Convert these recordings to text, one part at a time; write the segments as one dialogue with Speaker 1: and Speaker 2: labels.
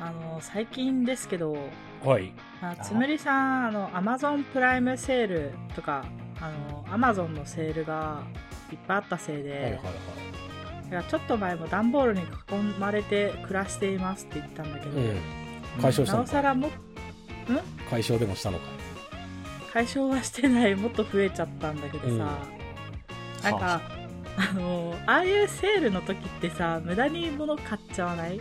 Speaker 1: あの最近ですけど
Speaker 2: はい。
Speaker 1: あつむりさんあのアマゾンプライムセールとかあのアマゾンのセールがいっぱいあったせい
Speaker 2: はいはい
Speaker 1: で
Speaker 2: はい、。
Speaker 1: いやちょっと前も段ボールに囲まれて暮らしていますって言ったんだけど、
Speaker 2: うん。解消した
Speaker 1: な
Speaker 2: の
Speaker 1: おさ
Speaker 2: か。
Speaker 1: らも
Speaker 2: 解消でもしたのか。
Speaker 1: 解消はしてないもっと増えちゃったんだけどさ、
Speaker 2: うん
Speaker 1: なんか
Speaker 2: は
Speaker 1: あのああいうセールの時ってさ無駄に物買っちゃわ ない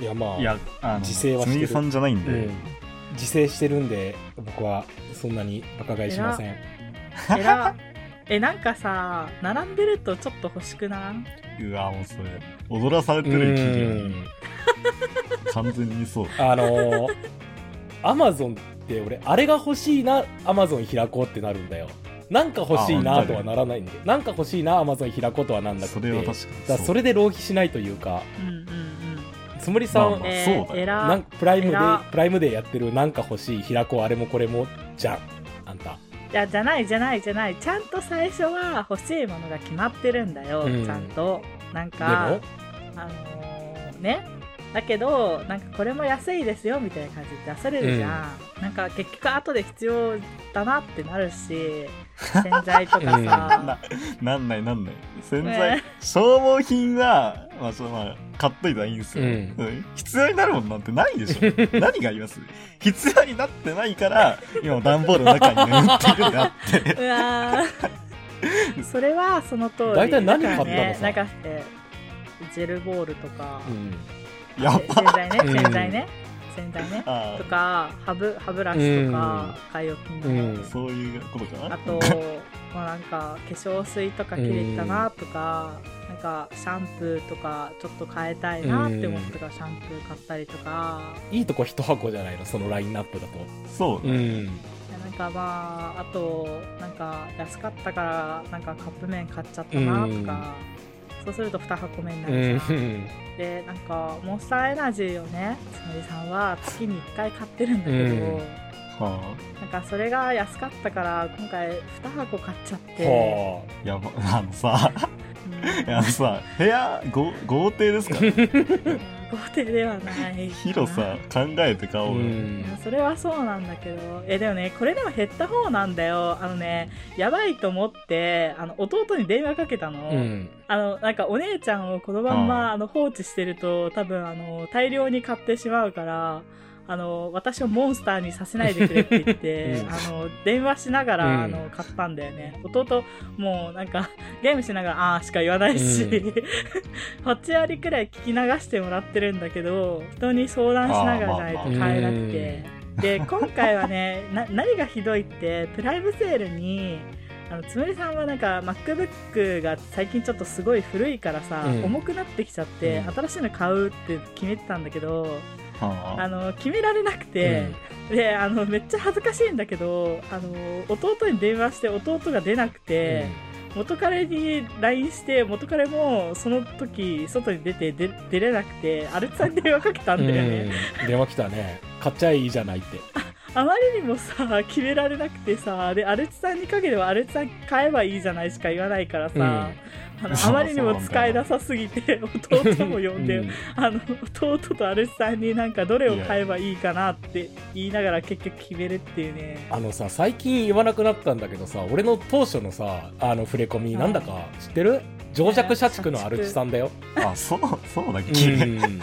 Speaker 2: あいやまあ。
Speaker 3: いや、あの、
Speaker 2: 自制はしてる
Speaker 3: つむぎさんじゃないん
Speaker 2: う
Speaker 3: で、
Speaker 2: ん。自制してるんで僕はそんなにバカ買いしません。
Speaker 1: えらえなんかさ並んでるとちょっと欲しくないう
Speaker 3: わ、もうそれ、踊らされ
Speaker 2: う
Speaker 3: てる
Speaker 2: ー
Speaker 3: 企
Speaker 2: ん。
Speaker 3: 業に、完全にそう。
Speaker 2: あ のアマゾンって俺あれが欲しいなアマゾン開こうってなるんだよ。なんか欲しいなとはならないんで、なんか欲しいなアマゾン開こうとはなんなくて。
Speaker 3: それは確かに
Speaker 2: だからそれで浪費しないというか、
Speaker 1: んうんうん
Speaker 2: つむりさん、
Speaker 3: まあまあ
Speaker 1: え
Speaker 3: そうだよ
Speaker 1: えら
Speaker 2: なんプライム
Speaker 1: え
Speaker 2: で
Speaker 1: ら
Speaker 2: プライムでやってるなんか欲しい開こうあれもこれもじゃんあんた
Speaker 1: いやじゃないじゃないじゃないちゃんと最初は欲しいものが決まってるんだよ、
Speaker 2: うん
Speaker 1: ちゃんとなん
Speaker 2: で
Speaker 1: か
Speaker 2: も
Speaker 1: あのーねだけどなんかこれも安いですよみたいな感じで出されるじゃん、なんか結局後で必要だなってなるし 洗剤とか
Speaker 2: うん
Speaker 1: さ、
Speaker 3: なんないなんない。洗
Speaker 1: ね
Speaker 3: 剤、消耗品は、まあ、そのまあ、買っといたらいいんですよ、
Speaker 2: うん
Speaker 3: うん必要になるもんなんてないでしょ。 何があります必要になってないから、今も段ボールの中に眠っているんだって。
Speaker 1: うわーそれはその通り
Speaker 2: 大体何
Speaker 1: だから
Speaker 2: 買ったの
Speaker 1: ね
Speaker 2: さ
Speaker 1: なんかえジェルボールとか、
Speaker 2: うん
Speaker 3: やっ
Speaker 1: え 洗剤ね
Speaker 2: うん
Speaker 1: 洗剤ね、洗剤ね
Speaker 3: ぱ
Speaker 1: と、か歯ブ歯ブラシとか買い置き
Speaker 2: う
Speaker 1: の
Speaker 2: ん
Speaker 3: そういうことか な。
Speaker 1: あと、まあ、なんか化粧水とか切れたなとか、なんかシャンプーとかちょっと変えたいなって思ったからシャンプー買ったりとか、
Speaker 2: いいとこ一箱じゃないのそのラインナップだと
Speaker 3: そう
Speaker 2: う
Speaker 3: ね。
Speaker 2: ん
Speaker 1: いやなんかまああとなんか安かったからなんかカップ麺買っちゃったなとか、そうすると2箱目にな
Speaker 2: う
Speaker 1: るじゃん、
Speaker 2: ん
Speaker 1: でなんかモンスターエナジーをねつむりさんは月に1回買ってるんだけど、
Speaker 2: うん
Speaker 3: は
Speaker 1: なんかそれが安かったから今回2箱買っちゃって、
Speaker 2: は
Speaker 3: あ、やば、あのさ、
Speaker 1: うん
Speaker 3: あのさ、部屋、ご豪邸ですから、
Speaker 1: 豪邸ではない
Speaker 3: 広さ考えて
Speaker 2: あ
Speaker 3: 買
Speaker 2: う
Speaker 3: おうよ。
Speaker 1: いや
Speaker 2: ん
Speaker 1: それはそうなんだけどえでもねこれでも減った方なんだよあのねやばいと思ってあの弟に電話かけたの,、
Speaker 2: うん
Speaker 1: あのなんかお姉ちゃんをこのまんま
Speaker 3: あ
Speaker 1: あの放置してると多分あの大量に買ってしまうからあの私をモンスターにさせないでくれって言って、
Speaker 2: うん
Speaker 1: あの電話しながら、
Speaker 2: うん
Speaker 1: あの買ったんだよね弟もうなんかゲームしながら「ああ」しか言わないし、
Speaker 2: う
Speaker 1: 8割くらい聞き流してもらってるんだけど人に相談しながらじゃないと買えなくて、で今回はねな何がひどいってプライムセールにあのつむりさんはなんか MacBook が最近ちょっとすごい古いからさ、
Speaker 2: うん
Speaker 1: 重くなってきちゃって、
Speaker 2: うん
Speaker 1: 新しいの買うって決めてたんだけど
Speaker 3: は
Speaker 1: あの決められなくて。であのめっちゃ恥ずかしいんだけどあの弟に電話して弟が出なくて、元彼に LINE して元彼もその時外に出て出出れなくてアルツさんに電話かけた
Speaker 2: うん
Speaker 1: んだよね、
Speaker 2: うん電話来たね買っちゃいいじゃないって
Speaker 1: あまりにもさ決められなくてさでアルツさんにかければアルツさん買えばいいじゃないしか言わないから
Speaker 2: うん
Speaker 1: さ、あの
Speaker 3: そう
Speaker 1: あまりにも使えなさすぎて弟も呼んで、
Speaker 2: うん
Speaker 1: あの弟とアルツさんになんかどれを買えばいいかなって言いながら結局決めるっていうね
Speaker 2: あのさ最近言わなくなったんだけどさ俺の当初のさあの触れ込みなんだか知ってる情弱社畜のアルチさんだよ、
Speaker 3: あ、あそう、そうだっ
Speaker 2: う
Speaker 3: け、
Speaker 2: ん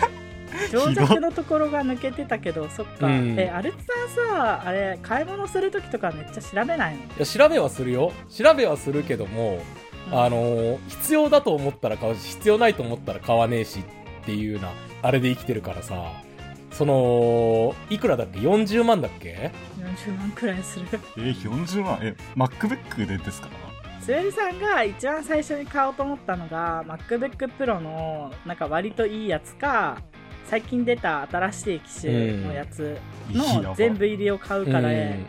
Speaker 1: 情弱のところが抜けてたけどそっか、
Speaker 2: うん
Speaker 1: えアルツさんさあれ買い物する時とかめっちゃ調べないの
Speaker 2: いや調べはするよ調べはするけども、あのー必要だと思ったら買うし必要ないと思ったら買わねえしっていうようなあれで生きてるからさそのいくらだっけ40万だっけ
Speaker 1: 40万くらいする
Speaker 3: えー、40万え、MacBook でですか
Speaker 1: つよりさんが一番最初に買おうと思ったのが MacBookPro のなんか割といいやつか最近出た新しい機種のやつの全部入りを買うから、
Speaker 2: うん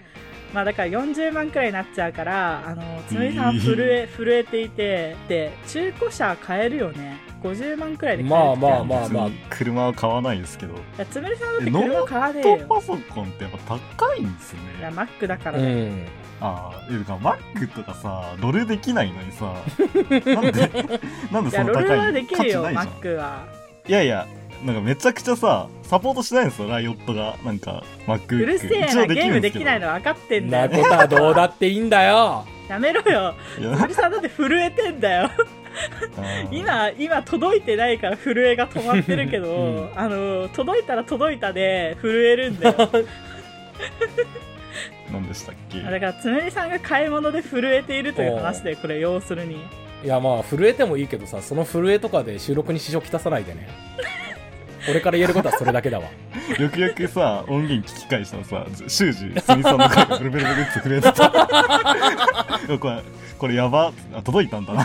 Speaker 1: まあだから40万くらいになっちゃうからあのつむりさんは震え震えていてで中古車買えるよね50万くらいで買えるって言ってた
Speaker 2: ま
Speaker 1: よね
Speaker 2: あまあまあ
Speaker 3: 別に車は買わないですけど
Speaker 1: いやつむりさんだって
Speaker 3: えノー
Speaker 1: 車買わねえ
Speaker 3: ノート
Speaker 1: よ
Speaker 3: パソコンってやっぱ高いんですよ
Speaker 1: いや
Speaker 3: ね
Speaker 1: Mac だから
Speaker 2: う
Speaker 1: だよ、
Speaker 2: ん
Speaker 3: ああえだから Mac とかさロールできないのにさなんでな
Speaker 1: い
Speaker 3: んでそ
Speaker 1: や
Speaker 3: の
Speaker 1: ロール
Speaker 3: 高
Speaker 1: はいで
Speaker 3: の
Speaker 1: き
Speaker 3: 価
Speaker 1: る
Speaker 3: 値
Speaker 1: よ
Speaker 3: ないじゃん
Speaker 1: Mac はい
Speaker 3: やいやなんかめちゃくちゃさ、サポートしないんですよ、ライオットが。なんか、MacBook。
Speaker 1: うるせえ
Speaker 3: 一応
Speaker 1: な、ゲームできない
Speaker 3: の。
Speaker 1: の分かってんだ
Speaker 2: な
Speaker 1: よ。
Speaker 2: ことはどうだっていいんだよ。
Speaker 1: やめろよ。
Speaker 3: いや
Speaker 1: 森さんだって震えてんだよ。
Speaker 3: うん
Speaker 1: 今、今届いてないから震えが止まってるけど、
Speaker 2: うん
Speaker 1: あの、届いたら届いたで震えるんだよ。
Speaker 3: 何でしたっけ
Speaker 1: だから、つむりさんが買い物で震えているという話で、これ、要するに。
Speaker 2: いやまあ震えてもいいけどさその震えとかで収録に支障きたさないでね俺から言えることはそれだけだわ
Speaker 3: よくよくさ、音源聞き返したらさ、修二、すみさんの声がブルブルブルって震えてた。これ、これやば。あ、届いたんだな。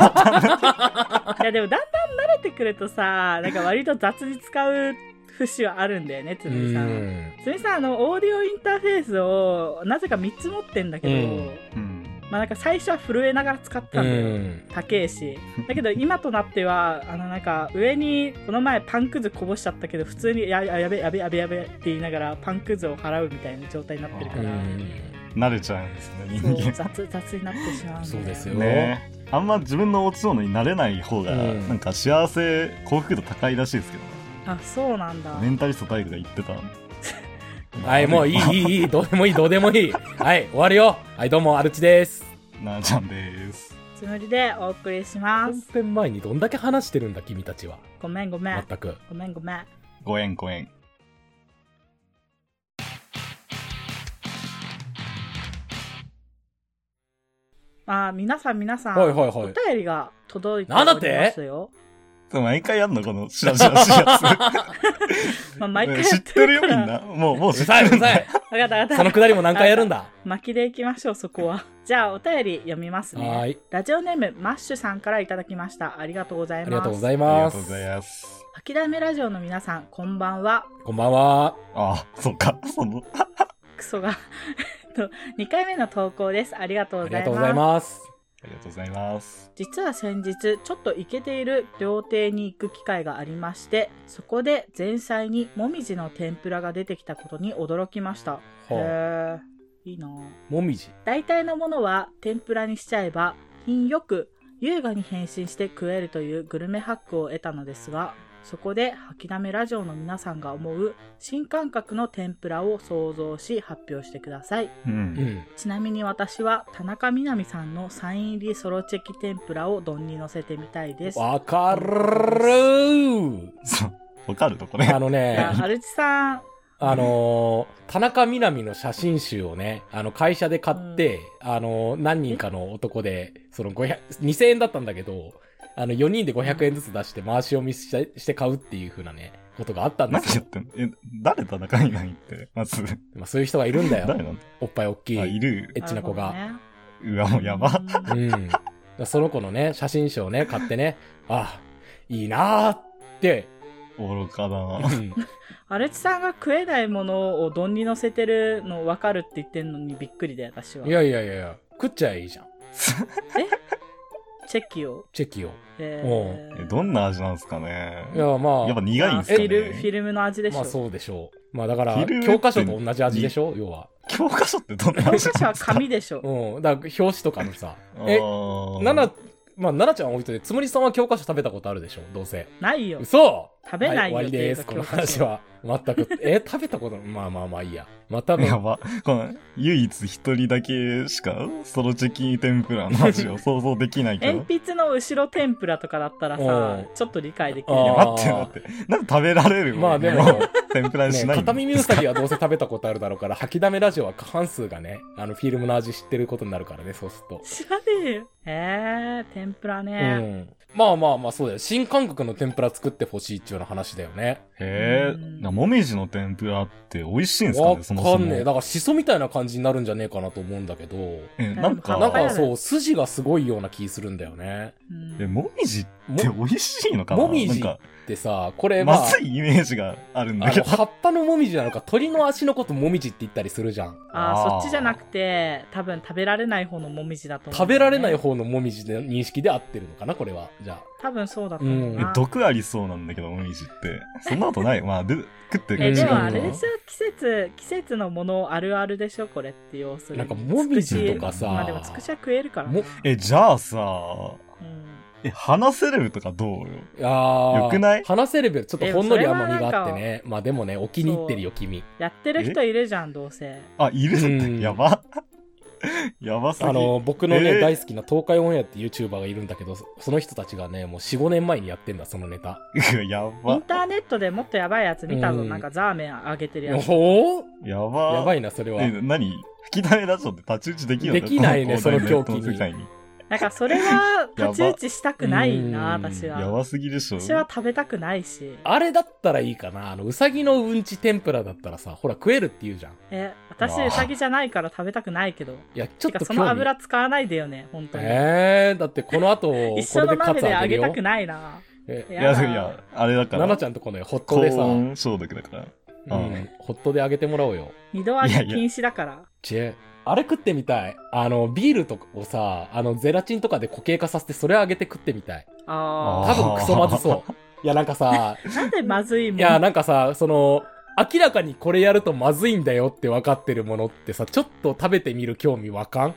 Speaker 1: いや、でも、だんだん慣れてくるとさ、なんか割と雑に使う節はあるんだよね、つ
Speaker 2: う
Speaker 1: むりさん。
Speaker 2: ん
Speaker 1: つむりさん、あの、オーディオインターフェースを、なぜか3つ持ってんだけど、
Speaker 2: うん
Speaker 3: うん。
Speaker 1: まあなんか最初は震えながら使ってた
Speaker 2: うん
Speaker 1: だよ。
Speaker 2: ん
Speaker 1: 高え し。だけど今となっては、あのなんか上にこの前パンくずこぼしちゃったけど、普通にやややべやべやべやべって言いながらパンくずを払うみたいな状態になってるか
Speaker 2: う
Speaker 1: ら、
Speaker 2: ん
Speaker 3: 慣れちゃうんですね、人
Speaker 1: そう
Speaker 3: 間。
Speaker 1: 雑雑になってしまうんだよ
Speaker 2: そうですよ
Speaker 3: ねあんま自分の落ち物になれない方が、
Speaker 2: うん
Speaker 3: なんか幸せ、幸福度高いらしいですけど、
Speaker 1: あ、そうなんだ。
Speaker 3: メンタリスト体育が言ってた。
Speaker 2: はいもういいいいいいどうでもいいどうでもいいはい終わるよはいどうもアルチです
Speaker 3: なあちゃんです。
Speaker 1: つむりでお送りしま
Speaker 2: 本
Speaker 1: す。
Speaker 2: 編前にどんだけ話してるんだ君たちは
Speaker 1: ごめんごめん。
Speaker 2: 全く
Speaker 1: ごめんごめん。
Speaker 3: ご縁ご縁。
Speaker 1: まあ皆さん皆さん、
Speaker 2: はいはい
Speaker 1: お
Speaker 2: はい
Speaker 1: 便りが届いてお
Speaker 2: なん
Speaker 1: り
Speaker 2: だって
Speaker 1: ますよ。
Speaker 3: でも毎回やんのこのしらしらしいや
Speaker 1: まあ
Speaker 3: つ。
Speaker 1: 毎回や
Speaker 3: 知ってるよ、み
Speaker 1: から
Speaker 3: ん。な。もう、もう
Speaker 2: う
Speaker 3: 知
Speaker 2: る
Speaker 3: って
Speaker 2: さいう
Speaker 3: る
Speaker 2: る
Speaker 3: んだ
Speaker 2: さい
Speaker 1: わかったわかった。
Speaker 2: そのくだりも何回やるんだ
Speaker 1: 巻きでいきましょうそこはじゃあお便り読みますね
Speaker 2: はーい
Speaker 1: ラジオネームマッシュさんからいただきましたありがとうござい
Speaker 2: あ
Speaker 1: ます
Speaker 2: りがとうござい
Speaker 3: あり
Speaker 2: ま
Speaker 3: が
Speaker 2: す
Speaker 3: とうございます。
Speaker 1: 諦めラジオの皆さんこんばんは
Speaker 2: こんばんは
Speaker 3: ああ、そっか。その、
Speaker 1: クソが えっと2回目の投稿ですありがとう
Speaker 2: あ
Speaker 1: ご
Speaker 2: り
Speaker 1: ざい
Speaker 2: が
Speaker 1: ます
Speaker 2: とうございます
Speaker 3: ありがとうございます。
Speaker 1: 実は先日ちょっとイケている料亭に行く機会がありましてそこで前菜にもみじの天ぷらが出てきたことに驚きましたへ
Speaker 2: は
Speaker 1: えいいなぁ
Speaker 2: あもみじ
Speaker 1: 大体のものは天ぷらにしちゃえば品よく優雅に変身して食えるというグルメハックを得たのですがそこで吐きだめラジオの皆さんが思う新感覚の天ぷらを想像し発表してください
Speaker 3: うん。
Speaker 2: うん
Speaker 1: ちなみに私は田中みな実さんのサイン入りソロチェキ天ぷらを丼に乗せてみたいですい
Speaker 2: わかるー
Speaker 3: そうわかるとこれ。
Speaker 2: あのね
Speaker 1: やアルチさん
Speaker 2: あのー、田中みな実の写真集をね、あの、会社で買って、あのー、何人かの男で、その500、2000円だったんだけど、あの、4人で500円ずつ出して回し読みしてして買うっていう風なね、ことがあったんで
Speaker 3: 何
Speaker 2: す
Speaker 3: や
Speaker 2: よ
Speaker 3: っ。てんのえ、誰だ中身ないって。まず、
Speaker 2: まあ、そういう人がいるん だ
Speaker 3: 誰
Speaker 2: よ。
Speaker 3: なん
Speaker 2: おっぱい大き
Speaker 3: あ、
Speaker 2: い、
Speaker 3: い
Speaker 2: エ
Speaker 3: る。
Speaker 2: ッチな子が。
Speaker 3: うわ、もうやば。
Speaker 1: ば
Speaker 2: うん。その子のね、写真集を ね、買ってね、ああ、いいなーって、
Speaker 3: 愚かだ
Speaker 2: う
Speaker 3: な。
Speaker 2: ん
Speaker 1: アルチさんが食えないものを丼に乗せてるの分かるって言ってんのにびっくりだよ私はい
Speaker 2: やいやいやいや、食っちゃえばいいじゃん。
Speaker 1: チェキを
Speaker 2: チェキを。
Speaker 1: え
Speaker 3: え、どんな味なんですかね。
Speaker 2: いや、まあ。
Speaker 3: やっぱ苦いんす
Speaker 1: フ
Speaker 3: か
Speaker 1: ィルフィ
Speaker 3: ね。
Speaker 1: ルムの味でしょ、
Speaker 2: まあそうでしょう。まあだか
Speaker 3: フ
Speaker 2: ら
Speaker 3: ィルムっ、て
Speaker 2: 教科書と同じ味でしょ要は。
Speaker 3: 教科書ってどんな
Speaker 1: 教
Speaker 3: 味
Speaker 1: 科書は紙で しょ
Speaker 2: うん。だから、表紙とかのさ。え、
Speaker 3: え
Speaker 2: なな、まあ、ななちゃんは置いといて、つむりさんは教科書食べたことあるでしょどうせ。
Speaker 1: ないよ
Speaker 2: 嘘
Speaker 1: 食べないよ
Speaker 2: は終わりです。
Speaker 1: と
Speaker 2: こ
Speaker 1: いう
Speaker 2: の
Speaker 1: か
Speaker 2: 話は。全く。え、食べたこと、まあまあまあいいや。また、
Speaker 3: やば。この、唯一一人だけしか、ソロチェキ天ぷらの味を想像できないけど。
Speaker 1: 鉛筆の後ろ天ぷらとかだったらさ
Speaker 2: う
Speaker 1: ちょっと理解できる
Speaker 2: あ
Speaker 3: いや
Speaker 1: よ
Speaker 2: ー
Speaker 3: 待って待って。なんか食べられる
Speaker 2: まあでも、
Speaker 3: 天ぷらに
Speaker 2: ね
Speaker 3: し、ないんだ
Speaker 2: 片耳うさぎはどうせ食べたことあるだろうから、吐きだめラジオは過半数がね、あの、フィルムの味知ってることになるからね、そうすると。
Speaker 1: 知らねえよえー、天ぷら
Speaker 2: う
Speaker 1: ね、
Speaker 2: ん。まあまあまあ、そうだよ。新感覚の天ぷら作ってほしいっていうような話だよね。
Speaker 3: へえ、
Speaker 1: うん
Speaker 3: なもみじの天ぷらって美味しいんですか
Speaker 2: わ
Speaker 3: ね、そもそ
Speaker 2: かん
Speaker 3: も。
Speaker 2: ねえ。だから、シソみたいな感じになるんじゃねえかなと思うんだけど。
Speaker 3: え、なん
Speaker 1: あ
Speaker 3: か、
Speaker 2: なん
Speaker 1: わ
Speaker 2: か
Speaker 1: る
Speaker 2: そう、筋がすごいような気するんだよね。
Speaker 1: うん
Speaker 3: え、もみじっ
Speaker 2: も
Speaker 3: て美味しいのかな
Speaker 2: もみじ
Speaker 3: なんか、
Speaker 2: でさ、これま
Speaker 3: ま
Speaker 2: あ、
Speaker 3: ずいイメージがあるんだ
Speaker 2: あ
Speaker 3: け
Speaker 2: の、
Speaker 3: ど。
Speaker 2: 葉っぱのもみじなのか、鳥の足のこともみじって言ったりするじゃん。
Speaker 1: あ
Speaker 3: あ
Speaker 1: あそ
Speaker 3: ー
Speaker 1: っちじゃなくて多分食べられない方のもみじだと思う、
Speaker 2: 食べられない方のもみじで認識で合ってるのかな、これは。じゃ
Speaker 1: 多分そうだと思う
Speaker 2: うん
Speaker 1: な、
Speaker 3: え毒ありそうなんだけど、もみじって。そんなことない。まあ、で、食ってる
Speaker 1: え
Speaker 2: 違う
Speaker 1: で
Speaker 2: の
Speaker 1: もあれでしょ季節季節のものあるあるでしょこれって要するに
Speaker 2: なんかもみじとか
Speaker 1: つく
Speaker 2: さ
Speaker 1: しまあでもつくしは食えるか
Speaker 2: あ、
Speaker 1: ら
Speaker 2: も、
Speaker 3: え、じゃあさ、
Speaker 1: うん
Speaker 3: え、話せるとかどうよ。
Speaker 2: あー
Speaker 3: よくない
Speaker 2: 話せる分、ちょっとほんのり
Speaker 1: でもそれは
Speaker 2: 甘みがあって
Speaker 1: な
Speaker 2: ね。まあでもね、お気に入ってるよ、君。
Speaker 1: やってる人いるじゃん、どうせ。
Speaker 3: あ、いる
Speaker 2: うん
Speaker 3: だって、やば。 やばすぎ。
Speaker 2: あの、僕のね、
Speaker 3: えー
Speaker 2: 大好きな東海オンエアっていう YouTuber がいるんだけど、そその人たちがね、もう4、5年前にやってんだ、そのネタ。
Speaker 3: や
Speaker 1: イ
Speaker 3: ば
Speaker 1: ン。ターネットでもっとやばいやつ見たぞ、
Speaker 2: うん
Speaker 1: なんかザーメンあげてるやつ。
Speaker 2: おお
Speaker 3: やば。
Speaker 2: やばいな、それは。
Speaker 3: え、何吹き溜め出しとって太刀打ちできるの
Speaker 2: できないね
Speaker 3: この
Speaker 2: その狂気に
Speaker 3: この世界に。
Speaker 1: なんかそれは
Speaker 3: やば
Speaker 1: 太刀打ちしたくないな、
Speaker 2: うん
Speaker 1: 私
Speaker 3: や
Speaker 1: は。
Speaker 3: ばすぎでしょ。
Speaker 1: 私は食べたくないし。
Speaker 2: あれだったらいいかな。あの、うさぎのうんち天ぷらだったらさ、ほら、食えるって言うじゃん。い
Speaker 1: え、私
Speaker 3: あー
Speaker 1: ウサギじゃないから食べたくないけど。
Speaker 2: や、ちょっ
Speaker 1: か
Speaker 2: てと
Speaker 1: そ
Speaker 2: 興味
Speaker 1: の油使わないでよね、本当に。
Speaker 2: えー、だってこの後、これ
Speaker 1: 一緒の
Speaker 2: でカ
Speaker 1: 鍋
Speaker 2: ツ
Speaker 1: で
Speaker 2: あ
Speaker 1: あ
Speaker 2: げ
Speaker 1: げ
Speaker 2: る
Speaker 1: た
Speaker 2: よ
Speaker 1: く。ないな。
Speaker 2: え、
Speaker 3: いや、
Speaker 1: だ
Speaker 3: いや、あれだから。
Speaker 2: 奈々ちゃんとこのホット
Speaker 3: 高
Speaker 2: でさ、
Speaker 3: 温消毒だから。
Speaker 2: うん
Speaker 3: うん
Speaker 2: ホットであげてもらおうよ。
Speaker 1: 二度揚げ
Speaker 3: いやいや
Speaker 1: 禁止だから。
Speaker 2: ちえ。あれ食ってみたい。あの、ビールとかをさ、あの、ゼラチンとかで固形化させて、それあげて食ってみたい。
Speaker 1: あ
Speaker 2: 多分クソまず そう。いや、なんかさ、
Speaker 1: あ。なんでまずいもん。
Speaker 2: いや、なんかさ、その、明らかにこれやるとまずいんだよって分かってるものってさ、ちょっと食べてみる興味わかん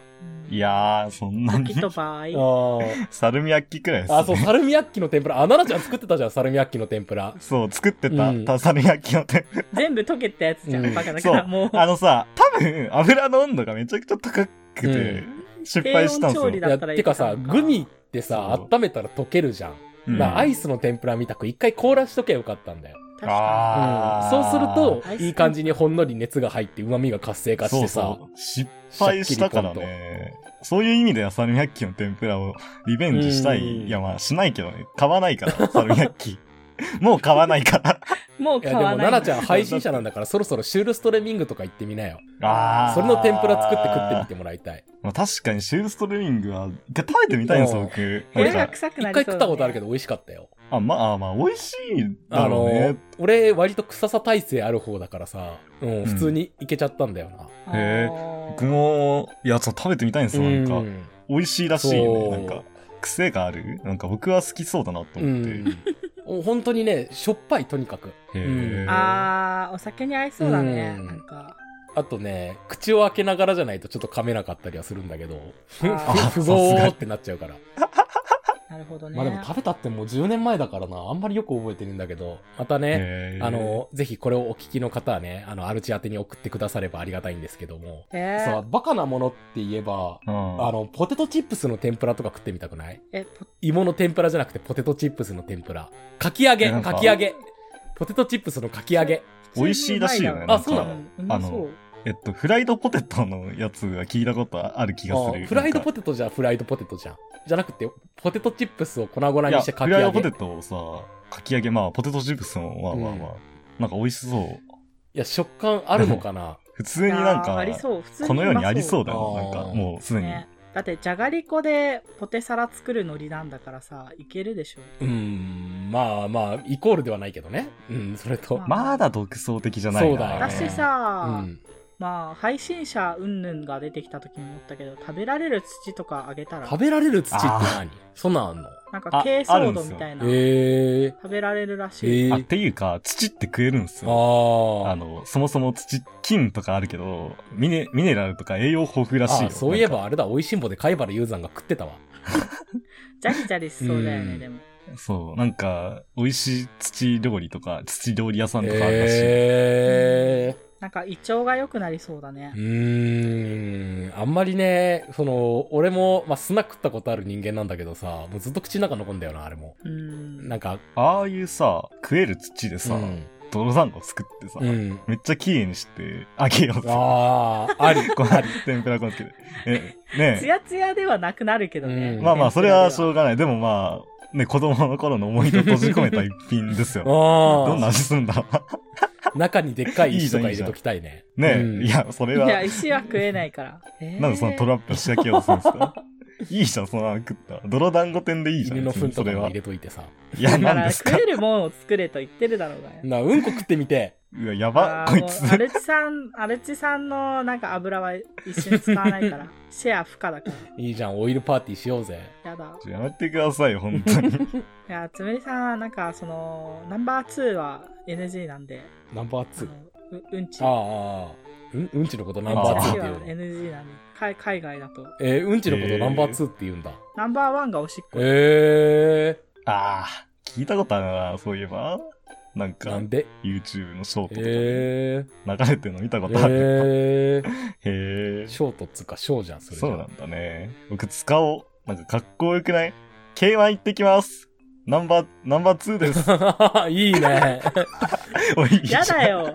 Speaker 3: いやー、そんなに
Speaker 1: 時。と場合。
Speaker 2: あ
Speaker 3: サルミアッキくらいです、ね。
Speaker 2: あ、そう、サルミヤッキの天ぷら。あ、奈々ちゃん作ってたじゃん、サルミヤッキの天ぷら。
Speaker 3: そう、作ってた、
Speaker 2: うん
Speaker 3: たサルミアッキ の天ぷ
Speaker 1: 全部溶けたやつじゃ
Speaker 2: うん
Speaker 1: ん、バカだから。もう、
Speaker 3: ら。あのさ、多分、油の温度がめちゃくちゃ高くて、失敗した
Speaker 1: 低温
Speaker 3: んです
Speaker 1: 調
Speaker 3: よ。
Speaker 1: 理
Speaker 2: い
Speaker 1: だ
Speaker 2: や、
Speaker 1: ったらい
Speaker 2: て
Speaker 1: いか
Speaker 2: からさ、グミってさ、
Speaker 3: そう
Speaker 2: 温めたら溶けるじゃん。
Speaker 3: うん
Speaker 2: だからアイスの天ぷらみたく一回凍らしとけばよかったんだよ。
Speaker 1: 確か
Speaker 2: う
Speaker 3: あ
Speaker 2: ん、そうする
Speaker 3: ー
Speaker 2: と
Speaker 1: アイス、
Speaker 2: いい感じにほんのり熱が入って、旨味が活性化し
Speaker 3: そ
Speaker 2: て
Speaker 3: う
Speaker 2: さ。
Speaker 3: そう。失敗したからね。そういう意味ではサルミアッキの天ぷらをリベンジした
Speaker 2: うん
Speaker 3: い。いや、まあ、しないけどね。買わないから、サルミアッキ。 もう買わな いから。
Speaker 1: に。もう
Speaker 2: いや
Speaker 1: 買
Speaker 2: でも、
Speaker 1: わない
Speaker 2: 奈々ちゃん配信者なんだから、そろそろシュールストレミングとか行ってみなよ。
Speaker 3: あー
Speaker 2: それの天ぷら作って食ってみてもらいたい。
Speaker 3: まあ、確かにシュールストレミングは、一回食べてみたいんですよ、
Speaker 2: うん
Speaker 3: 僕。
Speaker 1: 俺
Speaker 3: な
Speaker 1: が
Speaker 3: んか
Speaker 1: 臭く
Speaker 2: 一
Speaker 1: なりそ
Speaker 2: 回
Speaker 1: うだね
Speaker 2: 食ったことあるけど美味しかったよ。
Speaker 3: あ、まあ、あまあ、美味しいだ
Speaker 2: あ
Speaker 3: ろうね
Speaker 2: の。、俺割と臭さ耐性ある方だからさ、うん、
Speaker 3: ん
Speaker 2: 普通にいけちゃったんだよな。
Speaker 3: へ
Speaker 1: あ
Speaker 3: 僕も、いや、そう食べてみたいんですよ、なんか。
Speaker 2: うん
Speaker 3: 美味しいらしいよ
Speaker 2: そう
Speaker 3: ね、なんか。癖があるなんか僕は好きそうだなと
Speaker 2: う
Speaker 3: 思って。
Speaker 2: ん。本当にね、しょっぱいとにかく。
Speaker 3: へ
Speaker 1: ー
Speaker 3: ー
Speaker 1: あーお酒に合いそうだね、
Speaker 2: うん
Speaker 1: なんか
Speaker 2: あとね、口を開けながらじゃないとちょっと噛めなかったりはするんだけど、ふ
Speaker 1: あー
Speaker 2: 不合ーってなっちゃうから。
Speaker 1: なるほどね、
Speaker 2: まあでも食べたってもう10年前だからな、あんまりよく覚えてるんだけど、またね、
Speaker 3: へー
Speaker 2: あ、の、ぜひこれをお聞きの方はね、あの、アルチ宛てに送ってくださればありがたいんですけども、
Speaker 1: え
Speaker 2: さあ、
Speaker 1: ー、
Speaker 2: バカなものって言えば、
Speaker 3: うん
Speaker 2: あの、ポテトチップスの天ぷらとか食ってみたくない
Speaker 1: えポ
Speaker 2: 芋の天ぷらじゃなくてポテトチップスの天ぷら。かき揚げ、
Speaker 3: なんか
Speaker 2: かき揚げ。ポテトチップスのかき揚げ。
Speaker 3: 美味しいらしいよね。
Speaker 2: あそうな
Speaker 3: ん
Speaker 2: の
Speaker 3: か
Speaker 1: うんうまそ
Speaker 3: あ
Speaker 1: う
Speaker 3: のえっと、フライドポテトのやつは聞いたことある気がする。
Speaker 2: あフライドポ
Speaker 3: テ
Speaker 2: テトじゃフライドポテトじゃん。じゃなくて、ポテトチップスを粉々
Speaker 3: トい
Speaker 2: に
Speaker 3: や、
Speaker 2: してか
Speaker 3: フ
Speaker 2: き
Speaker 3: ライ
Speaker 2: 揚げ。
Speaker 3: ドポ
Speaker 2: いや
Speaker 3: テトをさ、かき揚げ、まあ、ポテトチップスも、まあまあまあ、
Speaker 2: う
Speaker 3: なんか美味しそう。
Speaker 2: 食感あるのかな
Speaker 3: 普通になん
Speaker 1: あー
Speaker 3: か
Speaker 1: あ、りそう普通に
Speaker 3: この世にありそううだよ。
Speaker 2: あ
Speaker 3: なん
Speaker 2: ー
Speaker 3: か、もうすでに。
Speaker 1: ねだってじゃがりこでポテサラ作るのりなんだからさいけるでしょ
Speaker 2: うーん、まあまあ、イコールではないけどね。うん、それと。
Speaker 1: まあ
Speaker 3: まだ独創的じゃないな。
Speaker 2: そうだよね
Speaker 1: 私
Speaker 2: う
Speaker 1: さ、
Speaker 2: ん。
Speaker 1: まあ配信者うんぬんが出てきた時に思ったけど食べられる土とかあげたら
Speaker 2: 食べられる土って何そんなんあんの
Speaker 1: なんか
Speaker 3: あ
Speaker 1: 珪藻土みたいな、
Speaker 2: ええ
Speaker 1: 食べられるらしい、
Speaker 2: ええ
Speaker 3: あっていうか、土って食えるんですよ。
Speaker 2: ああ。
Speaker 3: あの、そもそも土、金とかあるけど、ミネ、ミネラルとか栄養豊富らしい
Speaker 2: あ
Speaker 3: よ。
Speaker 2: そういえ
Speaker 3: なん
Speaker 2: ばあれだ、美味しんぼで貝原雄山が食ってたわ。
Speaker 1: ジャリジャリしそうだよね、
Speaker 2: うん
Speaker 1: でも
Speaker 3: か。そう、なんか、美味しい土料理とか、土料理屋さんとかあるらしい。
Speaker 2: へ
Speaker 1: なんか胃腸が良くなりそうだね
Speaker 2: え。うーん。あんまりね、その、俺も、まあ、砂食ったことある人間なんだけどさ、もうずっと口の中残んだよな、あれも。
Speaker 1: うん
Speaker 2: なんか、
Speaker 3: ああいうさ、食える土でさ、
Speaker 2: うん。
Speaker 3: 泥団子作ってさ、
Speaker 2: うん。
Speaker 3: めっちゃ綺麗にして、あげようと。
Speaker 2: ああ、あ り。
Speaker 3: ご飯、天ぷら粉つけて。え、ね
Speaker 1: ツヤツヤではなくなるけどね。
Speaker 2: うん
Speaker 3: まあまあ、それはしょ
Speaker 1: う
Speaker 3: うがない。でもまあ、ね、子供の頃の思い出を閉じ込めた一品ですよ。どんな
Speaker 2: ああ。
Speaker 3: 味すんだろ
Speaker 2: 中にでっかい石とか入れときたい ね。
Speaker 3: うねえ、
Speaker 2: うん
Speaker 3: いや、それ
Speaker 1: いや、
Speaker 3: は、
Speaker 1: 石は食えないから。
Speaker 3: なんでそのト
Speaker 1: ラ
Speaker 3: ラップを仕掛けようとするんですか いいじゃん、そのまま食ったら。泥団子店でいいじゃん。
Speaker 2: 犬の
Speaker 3: 別に
Speaker 2: 糞
Speaker 3: そ
Speaker 2: とか
Speaker 3: れ
Speaker 2: も
Speaker 3: は
Speaker 2: 入。れといてさ。
Speaker 3: いや、
Speaker 1: だか
Speaker 3: なんで
Speaker 1: ら
Speaker 3: すか
Speaker 1: 食えるもんを作れと言ってるだろうがよ。
Speaker 2: な、うんこ食ってみて。
Speaker 3: うわ、やば、こいつ
Speaker 1: あーもう。アルチさん、アルチさんのなんか油は一緒に使わない から。シェア不可だか
Speaker 2: いいじゃん、オイルパーティーしようぜ。
Speaker 1: ら。やだ。
Speaker 3: やめてくださいよ、本当に。
Speaker 1: いや、つむりさん、なんかその、ナンバー2は NG なんで。
Speaker 2: ナンバー
Speaker 1: あの
Speaker 2: 2。
Speaker 1: ううんち。
Speaker 2: ああ。うんうんちのことナンバー2って
Speaker 1: は
Speaker 2: 言うの
Speaker 1: NG なんで海海外だと
Speaker 2: えーうんちのことナンバー2って言うんだ。
Speaker 1: ナンバーワンがおしっこ、
Speaker 2: え
Speaker 3: ああ、聞いたことあるな、そういえば。なん
Speaker 2: ー、な
Speaker 3: か
Speaker 2: ん、で
Speaker 3: YouTube のショートとかで
Speaker 2: え
Speaker 3: 流れてるの見たこ
Speaker 2: ー、
Speaker 3: とある。
Speaker 2: え
Speaker 3: へ
Speaker 2: ー、
Speaker 3: え。
Speaker 2: ショートっつうか、ショーじゃん、それじゃ
Speaker 3: そうなんだね。僕、使おう。なんか、かっこよくない ?K1 行ってきます。ナンバー、ナンバー2で す。
Speaker 2: いいね。
Speaker 3: おいいじ ゃ
Speaker 1: や
Speaker 3: ん
Speaker 1: だ。よ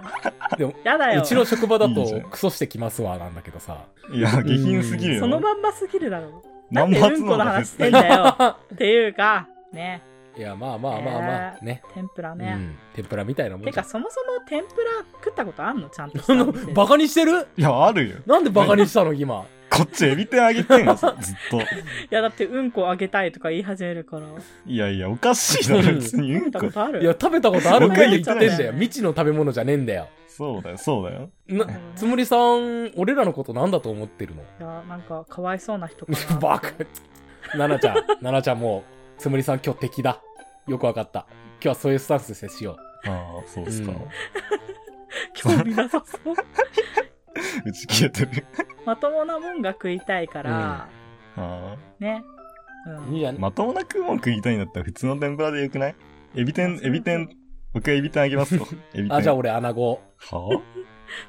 Speaker 2: でも
Speaker 1: やだよ
Speaker 2: うちの職場だ
Speaker 3: いいじゃ
Speaker 2: と
Speaker 3: ん、
Speaker 2: クソしてきますわ、なんだけどさ。
Speaker 3: いや、下品すぎるよ。
Speaker 1: そのまんますぎるだろ
Speaker 3: ナンバー2の方が絶対
Speaker 1: なんでうんこの話してんだよっていうかね
Speaker 2: いや、まあまあまあまあ、ね。
Speaker 1: 天ぷら
Speaker 2: う
Speaker 1: ね、
Speaker 2: ん。天ぷらみたいなもん
Speaker 1: て
Speaker 2: じゃ
Speaker 1: か
Speaker 2: ん。
Speaker 1: そもそも天ぷら食ったことあんのちゃんとし
Speaker 2: そ
Speaker 1: た
Speaker 2: の
Speaker 1: お店で
Speaker 2: バカにしてる
Speaker 3: いや、あるよ。
Speaker 2: なんでバカにしたの、今。
Speaker 3: こっちエビ天あげてんのさ、ずっと。
Speaker 1: いやだってうんこあげたいとか言い始めるから
Speaker 3: いやいや、おかしいだ
Speaker 2: う
Speaker 3: ろ、
Speaker 2: ん
Speaker 3: 別に。う
Speaker 1: 食べ
Speaker 3: ん
Speaker 1: た
Speaker 3: こ
Speaker 1: こ。とある
Speaker 2: いや、食べたことあるって言ってん
Speaker 1: 僕が言っ
Speaker 2: だ
Speaker 1: た
Speaker 2: よ。
Speaker 1: の
Speaker 2: 未知の食べ物じゃねえんだよ。
Speaker 3: そうだよ、そうだよ。
Speaker 2: な
Speaker 1: うん
Speaker 2: つむりさん、俺らのことなんだと思ってるの
Speaker 1: いやなんかかわいそうな人かな
Speaker 2: バカ。ななちゃん、ななちゃんもう、つむりさん今日敵だ。よくわかった。今日はそういうスタンスで接しよ
Speaker 3: ああ、そうっすか。
Speaker 1: 興味なさそう
Speaker 3: 打ち切れてる。
Speaker 1: まともなもんが食いたいから、
Speaker 3: あ
Speaker 1: ね、う
Speaker 2: う。いい
Speaker 1: ん、
Speaker 2: じゃ
Speaker 3: あ。
Speaker 2: ん。
Speaker 3: まともな食うもん食いたいんだったら普通の天ぷらでよくないエビ天、エビ天、僕はエビ天あげますよ。エビ天。
Speaker 2: あ、じゃあ俺、穴子。
Speaker 3: は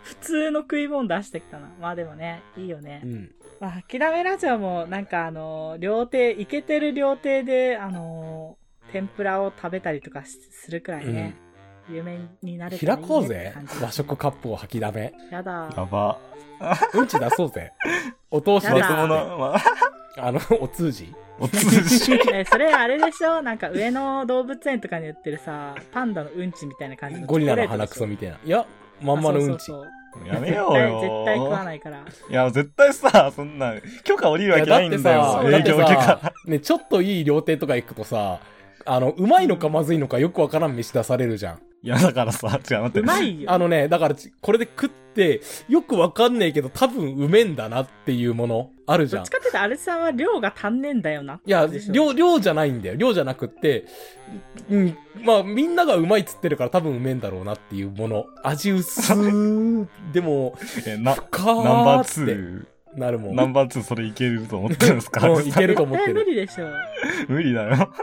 Speaker 1: 普通の食い物出してきたなまあでもねいいよね
Speaker 2: う、ん。
Speaker 1: まあ、諦めラジオもなんかあの料亭イケてる料亭であの天ぷらを食べたりとかしするくらいね、有名になれたら
Speaker 2: 開
Speaker 1: いいね
Speaker 2: こう
Speaker 1: って
Speaker 2: ぜ
Speaker 1: 感じ。
Speaker 2: 和食カップを吐きだめ。
Speaker 1: や
Speaker 3: や
Speaker 1: だ
Speaker 3: ば。
Speaker 2: うんち出そうぜ。お通し
Speaker 1: や
Speaker 2: で
Speaker 1: だ
Speaker 2: す
Speaker 3: まともな、まあ、
Speaker 2: あの、お通じ。
Speaker 3: お通じ。
Speaker 1: えそれあれでしょなんか上野動物園とかに売ってるさパンダのうんちみたいな感じの
Speaker 2: ゴリラの
Speaker 1: チョコレ
Speaker 2: 鼻
Speaker 1: ート
Speaker 2: く
Speaker 1: でしょ
Speaker 2: そみたいな。いや、まんまのうん
Speaker 1: あ
Speaker 2: ち。
Speaker 1: そうそう
Speaker 3: や
Speaker 1: そう
Speaker 3: め
Speaker 1: 絶
Speaker 3: よう
Speaker 1: 対
Speaker 3: よ。
Speaker 1: 絶対食わないから
Speaker 3: いや、絶対さ、そんな、許可降りるわけないんだよ。
Speaker 2: だっ
Speaker 3: 影
Speaker 2: て
Speaker 3: 響受けか
Speaker 2: さ、ね、ちょっといい料亭とか行くとさ、あの、うまいのかまずいのかよくわからん飯出されるじゃん。
Speaker 3: いや、だからさ、違う、待
Speaker 1: う
Speaker 3: って。
Speaker 1: まいよ
Speaker 2: あのね、だからち、これで食って、よくわかんねえけど、多分うめんだなっていうもの、あるじ
Speaker 1: ど
Speaker 2: ゃ
Speaker 1: っ
Speaker 2: ん
Speaker 1: ち。かっていうと、アルさんは量が足んねえんだよな。
Speaker 2: いや
Speaker 1: でし、ょ
Speaker 2: 量、量じゃないんだよ。量じゃなくって、うん、まあ、みんながうまいっつってるから多分うめえんだろうなっていうもの。味薄ー、でも、
Speaker 3: え、な、
Speaker 2: 深
Speaker 3: ナンバ
Speaker 2: ー
Speaker 3: ー
Speaker 2: って
Speaker 3: 2。
Speaker 2: なるもん。
Speaker 3: ナンバー2それいけると思ってるんですか
Speaker 2: うんいけると思って
Speaker 1: 絶対無
Speaker 2: る。
Speaker 1: 理でしょ。
Speaker 3: 無理だよ。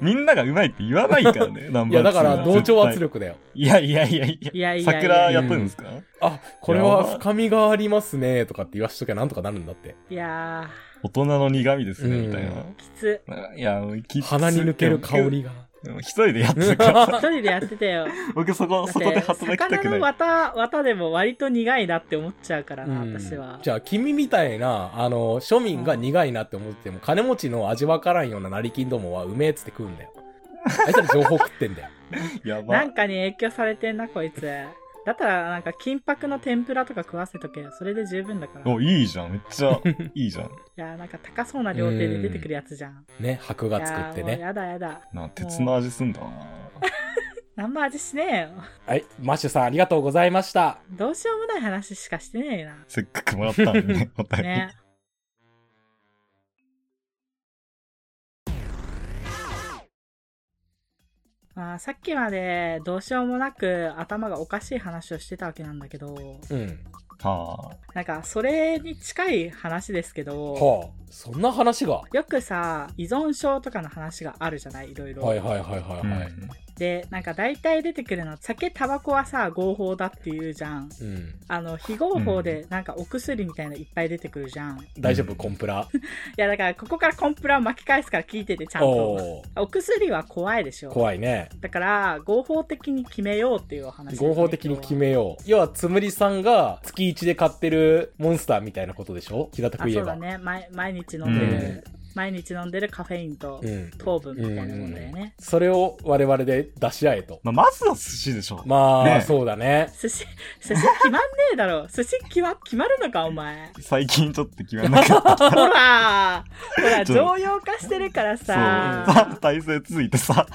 Speaker 3: みんながうまいって言わないからね、ナン
Speaker 2: い
Speaker 3: バー2
Speaker 2: や、だから、同調圧
Speaker 3: 力。
Speaker 2: 力だよ。
Speaker 3: いやいやいやい
Speaker 1: いや
Speaker 3: や。
Speaker 1: いやいや。
Speaker 3: 桜やってるんですか
Speaker 2: あ、これは深みがありますね、とかって言わしときゃなんとかなるんだって。
Speaker 1: いや
Speaker 3: 大人の苦味ですね、
Speaker 2: うん
Speaker 3: みたい
Speaker 1: ー、きつ。
Speaker 3: な。いや、きつ
Speaker 2: 鼻に抜ける香。りが。
Speaker 3: でも一人でやって るから。
Speaker 1: 一人でやってたよ。
Speaker 3: 僕そ
Speaker 1: だ
Speaker 3: こ、
Speaker 1: って
Speaker 3: そこで働きたく
Speaker 1: 魚の
Speaker 3: ない。
Speaker 1: 綿、綿でも割と苦いなって思っちゃうからな、
Speaker 2: うん
Speaker 1: 私は。
Speaker 2: じゃあ、君みたいな、あの、庶民が苦いなって思ってても、金持ちの味わからんような成金どもは、うめえっつって食うんだよ。あいつら情報食ってんだよ。
Speaker 3: やば。
Speaker 1: なんかに影響されてんな、こいつ。だったら、なんか、金箔の天ぷらとか食わせとけよ。それで十分だから。い
Speaker 3: お、いいじゃん。めっちゃ、いいじゃん。
Speaker 1: やー、なんか高そうな料亭で出てくるやつじゃん。
Speaker 2: ね、箔
Speaker 1: い
Speaker 2: が作
Speaker 1: や
Speaker 2: っ
Speaker 1: ー、
Speaker 2: て
Speaker 1: もう
Speaker 2: ね。
Speaker 1: やだやだ。
Speaker 3: な、鉄の味すんだ な。
Speaker 1: 何も味しねえよ。
Speaker 2: はい、マッシュさんありがとうございました。
Speaker 1: どうしようもない話しかしてねえよ
Speaker 3: せっかくもらったん でね、お
Speaker 1: な。
Speaker 3: 便り
Speaker 1: ね。。まあ、さっきまでどうしようもなく頭がおかしい話をしてたわけなんだけど、
Speaker 2: うん。
Speaker 3: はあ。
Speaker 1: なんかそれに近い話ですけど、
Speaker 2: はあ、そんな話が。は
Speaker 1: よくさ、依存症とかの話があるじゃないいろい
Speaker 2: い
Speaker 1: ろ。
Speaker 2: はいはいはいはい。
Speaker 1: で、なんか大体出てくるの、酒、タバコはさ、合法だっていうじゃん。
Speaker 2: うん。
Speaker 1: あの、非合法でなんかお薬みたいのいっぱい出てくるじゃん。
Speaker 2: 大丈夫、コンプ ラ。
Speaker 1: いやだからここからコンプラを巻き返すから聞いててちゃんと
Speaker 2: おー
Speaker 1: お薬は怖いでしょ
Speaker 2: 怖いね。
Speaker 1: だから合法的に決めようっていうお話ですね、
Speaker 2: 合法的に決
Speaker 1: め
Speaker 2: めよう。要は、つむりさんが月1で買ってるモンスターみたいなことでしょ平た
Speaker 1: あ
Speaker 2: く言
Speaker 1: そ
Speaker 2: え
Speaker 1: うだ
Speaker 2: ば。
Speaker 1: ね毎毎日飲んでる、
Speaker 2: うん
Speaker 1: 毎日飲んでるカフェインと
Speaker 2: うん。
Speaker 1: 糖分みたいなもんだよね、
Speaker 2: それを我々で出し合えと。
Speaker 3: まあ、まずは寿司でしょ。
Speaker 2: まあ、
Speaker 3: ねえ
Speaker 2: そうだね。
Speaker 1: 寿司 寿司決まんねえだろ寿司決ま決まるのかお前
Speaker 3: 最近ちょっと決めなかった。
Speaker 1: ほらほら
Speaker 3: ちょ
Speaker 1: 常用化してるから
Speaker 3: そう。
Speaker 1: さ
Speaker 3: さ体勢ついてさ。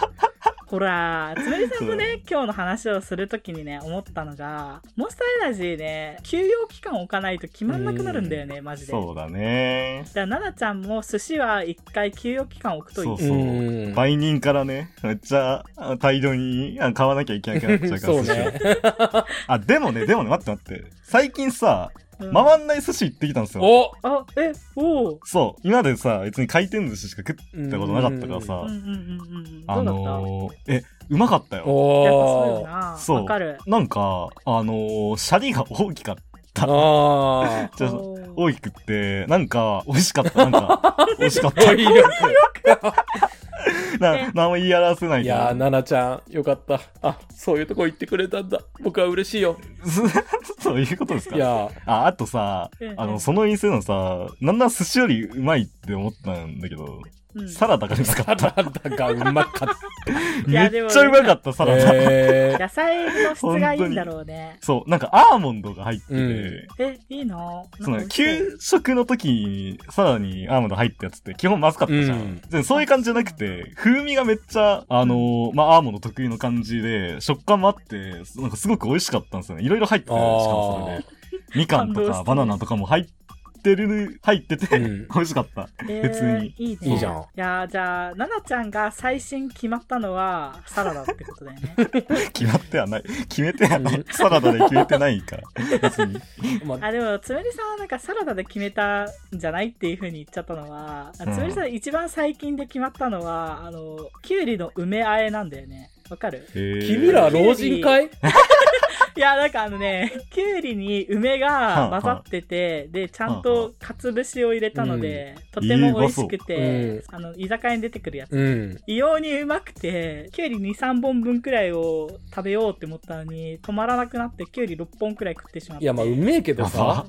Speaker 1: ほら、つむりさんもね、今日の話をするときにね、思ったのが、モンスターエナジーね、休養期間置かないと決まんなくなるんだよね、マジで。だか
Speaker 3: そうだね。
Speaker 1: ら、奈々ちゃんも寿司は一回休養期間置くといい。
Speaker 3: そう
Speaker 2: うん
Speaker 3: 売人からね、めっちゃあ大量にあ買わなきゃいけなくなっちゃうから、
Speaker 2: そう
Speaker 3: 寿司を
Speaker 2: ね。
Speaker 3: あ、でもね、でもね、待って待って。最近さ、
Speaker 1: うんあ、
Speaker 3: 回んない寿司行ってきたんですよ。
Speaker 2: お
Speaker 1: え、おう。
Speaker 3: そう、今までさ、別に回転寿司しか食ったことなかったから
Speaker 1: う
Speaker 3: さ
Speaker 1: んう、んうんうん。ど
Speaker 3: あ
Speaker 1: うだった、
Speaker 3: のー、え、うまかったよ。
Speaker 1: やっぱそうよ
Speaker 2: おー
Speaker 1: な。
Speaker 3: そう
Speaker 1: わかる。
Speaker 3: なんか、あのー、シャリが大きかった。
Speaker 2: あ
Speaker 3: じゃあ
Speaker 1: おう
Speaker 3: 大きくって、なんか、美味しかった。な んか、美味しかっ
Speaker 2: ー。語彙
Speaker 3: た。
Speaker 2: 力
Speaker 3: な、何も言い表せない
Speaker 2: い
Speaker 3: け
Speaker 2: やー、
Speaker 3: ど。
Speaker 2: 奈々ちゃん、よかった。あ、そういうとこ行ってくれたんだ。僕は嬉しいよ。
Speaker 3: そういうことですか
Speaker 2: いや
Speaker 3: あ、あとさ
Speaker 1: うんう、ん
Speaker 3: あの、その店のさ、なんなら寿司よりうまいって思ったんだけど、
Speaker 1: うん
Speaker 3: サラダがうまか
Speaker 2: ー、
Speaker 3: った。
Speaker 2: サラダがうまかっ
Speaker 1: い
Speaker 3: め
Speaker 1: や
Speaker 3: っちゃうまかった、サ
Speaker 2: た。
Speaker 3: ラダ。
Speaker 2: えー
Speaker 1: 野菜の質がいいんだろうね。
Speaker 3: そう、なんかアーモンドが入ってて、
Speaker 2: うん
Speaker 1: え、いいの
Speaker 3: そ
Speaker 1: な
Speaker 3: の、
Speaker 1: んか美味し
Speaker 3: 給食の時に、さらにアーモンド入ったやつって基本まずかったじゃん。
Speaker 2: うん
Speaker 3: でそういう感じじゃなくて、風味がめっちゃ、あのーまあ、アーモンド得意の感じで、食感もあって、なんかすごく美味しかったんですよね。いろいろ入ってて、しかもそれで。みかん
Speaker 1: 感
Speaker 3: と
Speaker 1: 動し
Speaker 3: か
Speaker 1: た
Speaker 3: バナナとかも入ってる、入ってて、
Speaker 2: うん
Speaker 3: 美味しかった。
Speaker 1: え
Speaker 3: 普通に
Speaker 1: いいね
Speaker 2: いいじゃん
Speaker 1: いやーじゃあ奈々ちゃんが最新決まったのはサラダってことだよね
Speaker 3: 決まってはない。決めてはな
Speaker 2: う
Speaker 3: い
Speaker 2: ん。
Speaker 3: サラダで決めてないから。別に。
Speaker 2: まあ
Speaker 1: あでもつむりさんはなんかサラダで決めたんじゃないっていうふうに言っちゃったのは、あ
Speaker 3: うん
Speaker 1: つむりさん一番最近で決まったのはあのきゅうりの梅あえなんだよねわかる
Speaker 2: 君ら老人会
Speaker 1: いやなんかあのねきゅうりに梅が混ざってて、でちゃんとかつぶしを入れたので、とても美味しくて、
Speaker 2: いいわ
Speaker 1: あの居酒屋に出てくるやつ
Speaker 2: うん。
Speaker 1: 異様にうまくて、きゅうり2、3本分くらいを食べようって思ったのに、止まらなくなって、きゅうり6本くらい食ってしまって。
Speaker 2: いや、まあ、うめえけどさ。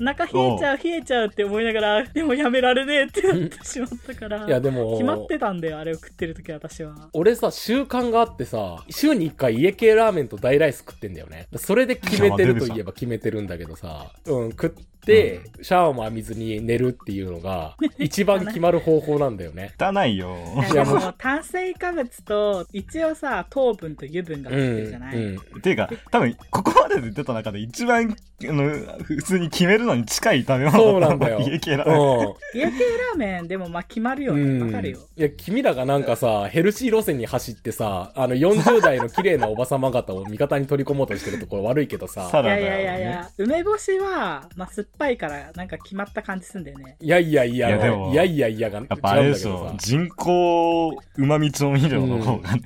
Speaker 1: お腹冷えちゃう、冷えちゃうって思いながら、でもやめられねえってなってしまったから。
Speaker 2: いや、
Speaker 1: 決
Speaker 2: でも、
Speaker 1: まってたんだよ、あれを食ってる時私は。
Speaker 2: 俺さ、習慣があってさ、週に1回家系ラーメンと大ライス食ってんだよね。それで決めてるといえば決めてるんだけどさ、うん、食って、シャワーも浴びずに寝るっていうの が、一番決まる方法なんだよね。
Speaker 3: 汚いよ。
Speaker 1: いや
Speaker 2: いや
Speaker 1: で
Speaker 2: もう
Speaker 1: も炭水化物と一応さ糖分と油分が
Speaker 2: う
Speaker 1: 入ってる
Speaker 2: ん。
Speaker 1: じゃない、
Speaker 2: うん。
Speaker 3: っていうか、多分、ここまでで出た中で一番、あの、普通に決めるのに近い食べ物
Speaker 2: そうなん だよ。
Speaker 3: 家系ラーメン
Speaker 2: うん。
Speaker 1: 家系ラーメンでもまあ決まるよねわ、
Speaker 2: うん
Speaker 1: かるよ
Speaker 2: いや、君らがなんかさ、ヘルシー路線に走ってさ、あの、40代の綺麗なおばさま方を味方に取り込もうとしてるところ悪いけど
Speaker 3: サ
Speaker 2: さ。
Speaker 1: い
Speaker 3: ラダ
Speaker 1: や
Speaker 3: を
Speaker 1: い
Speaker 3: ね。
Speaker 1: やいやいや梅干しは、まあ、酸っぱいからなんか決まった感じすんだよね
Speaker 2: いやいやいや、
Speaker 3: いやでも
Speaker 2: いやいやいやが、違うん
Speaker 3: や
Speaker 2: だ
Speaker 3: っぱあれで
Speaker 2: け
Speaker 3: しょ
Speaker 2: ど、さ。
Speaker 3: 人工旨味調味料の方がね、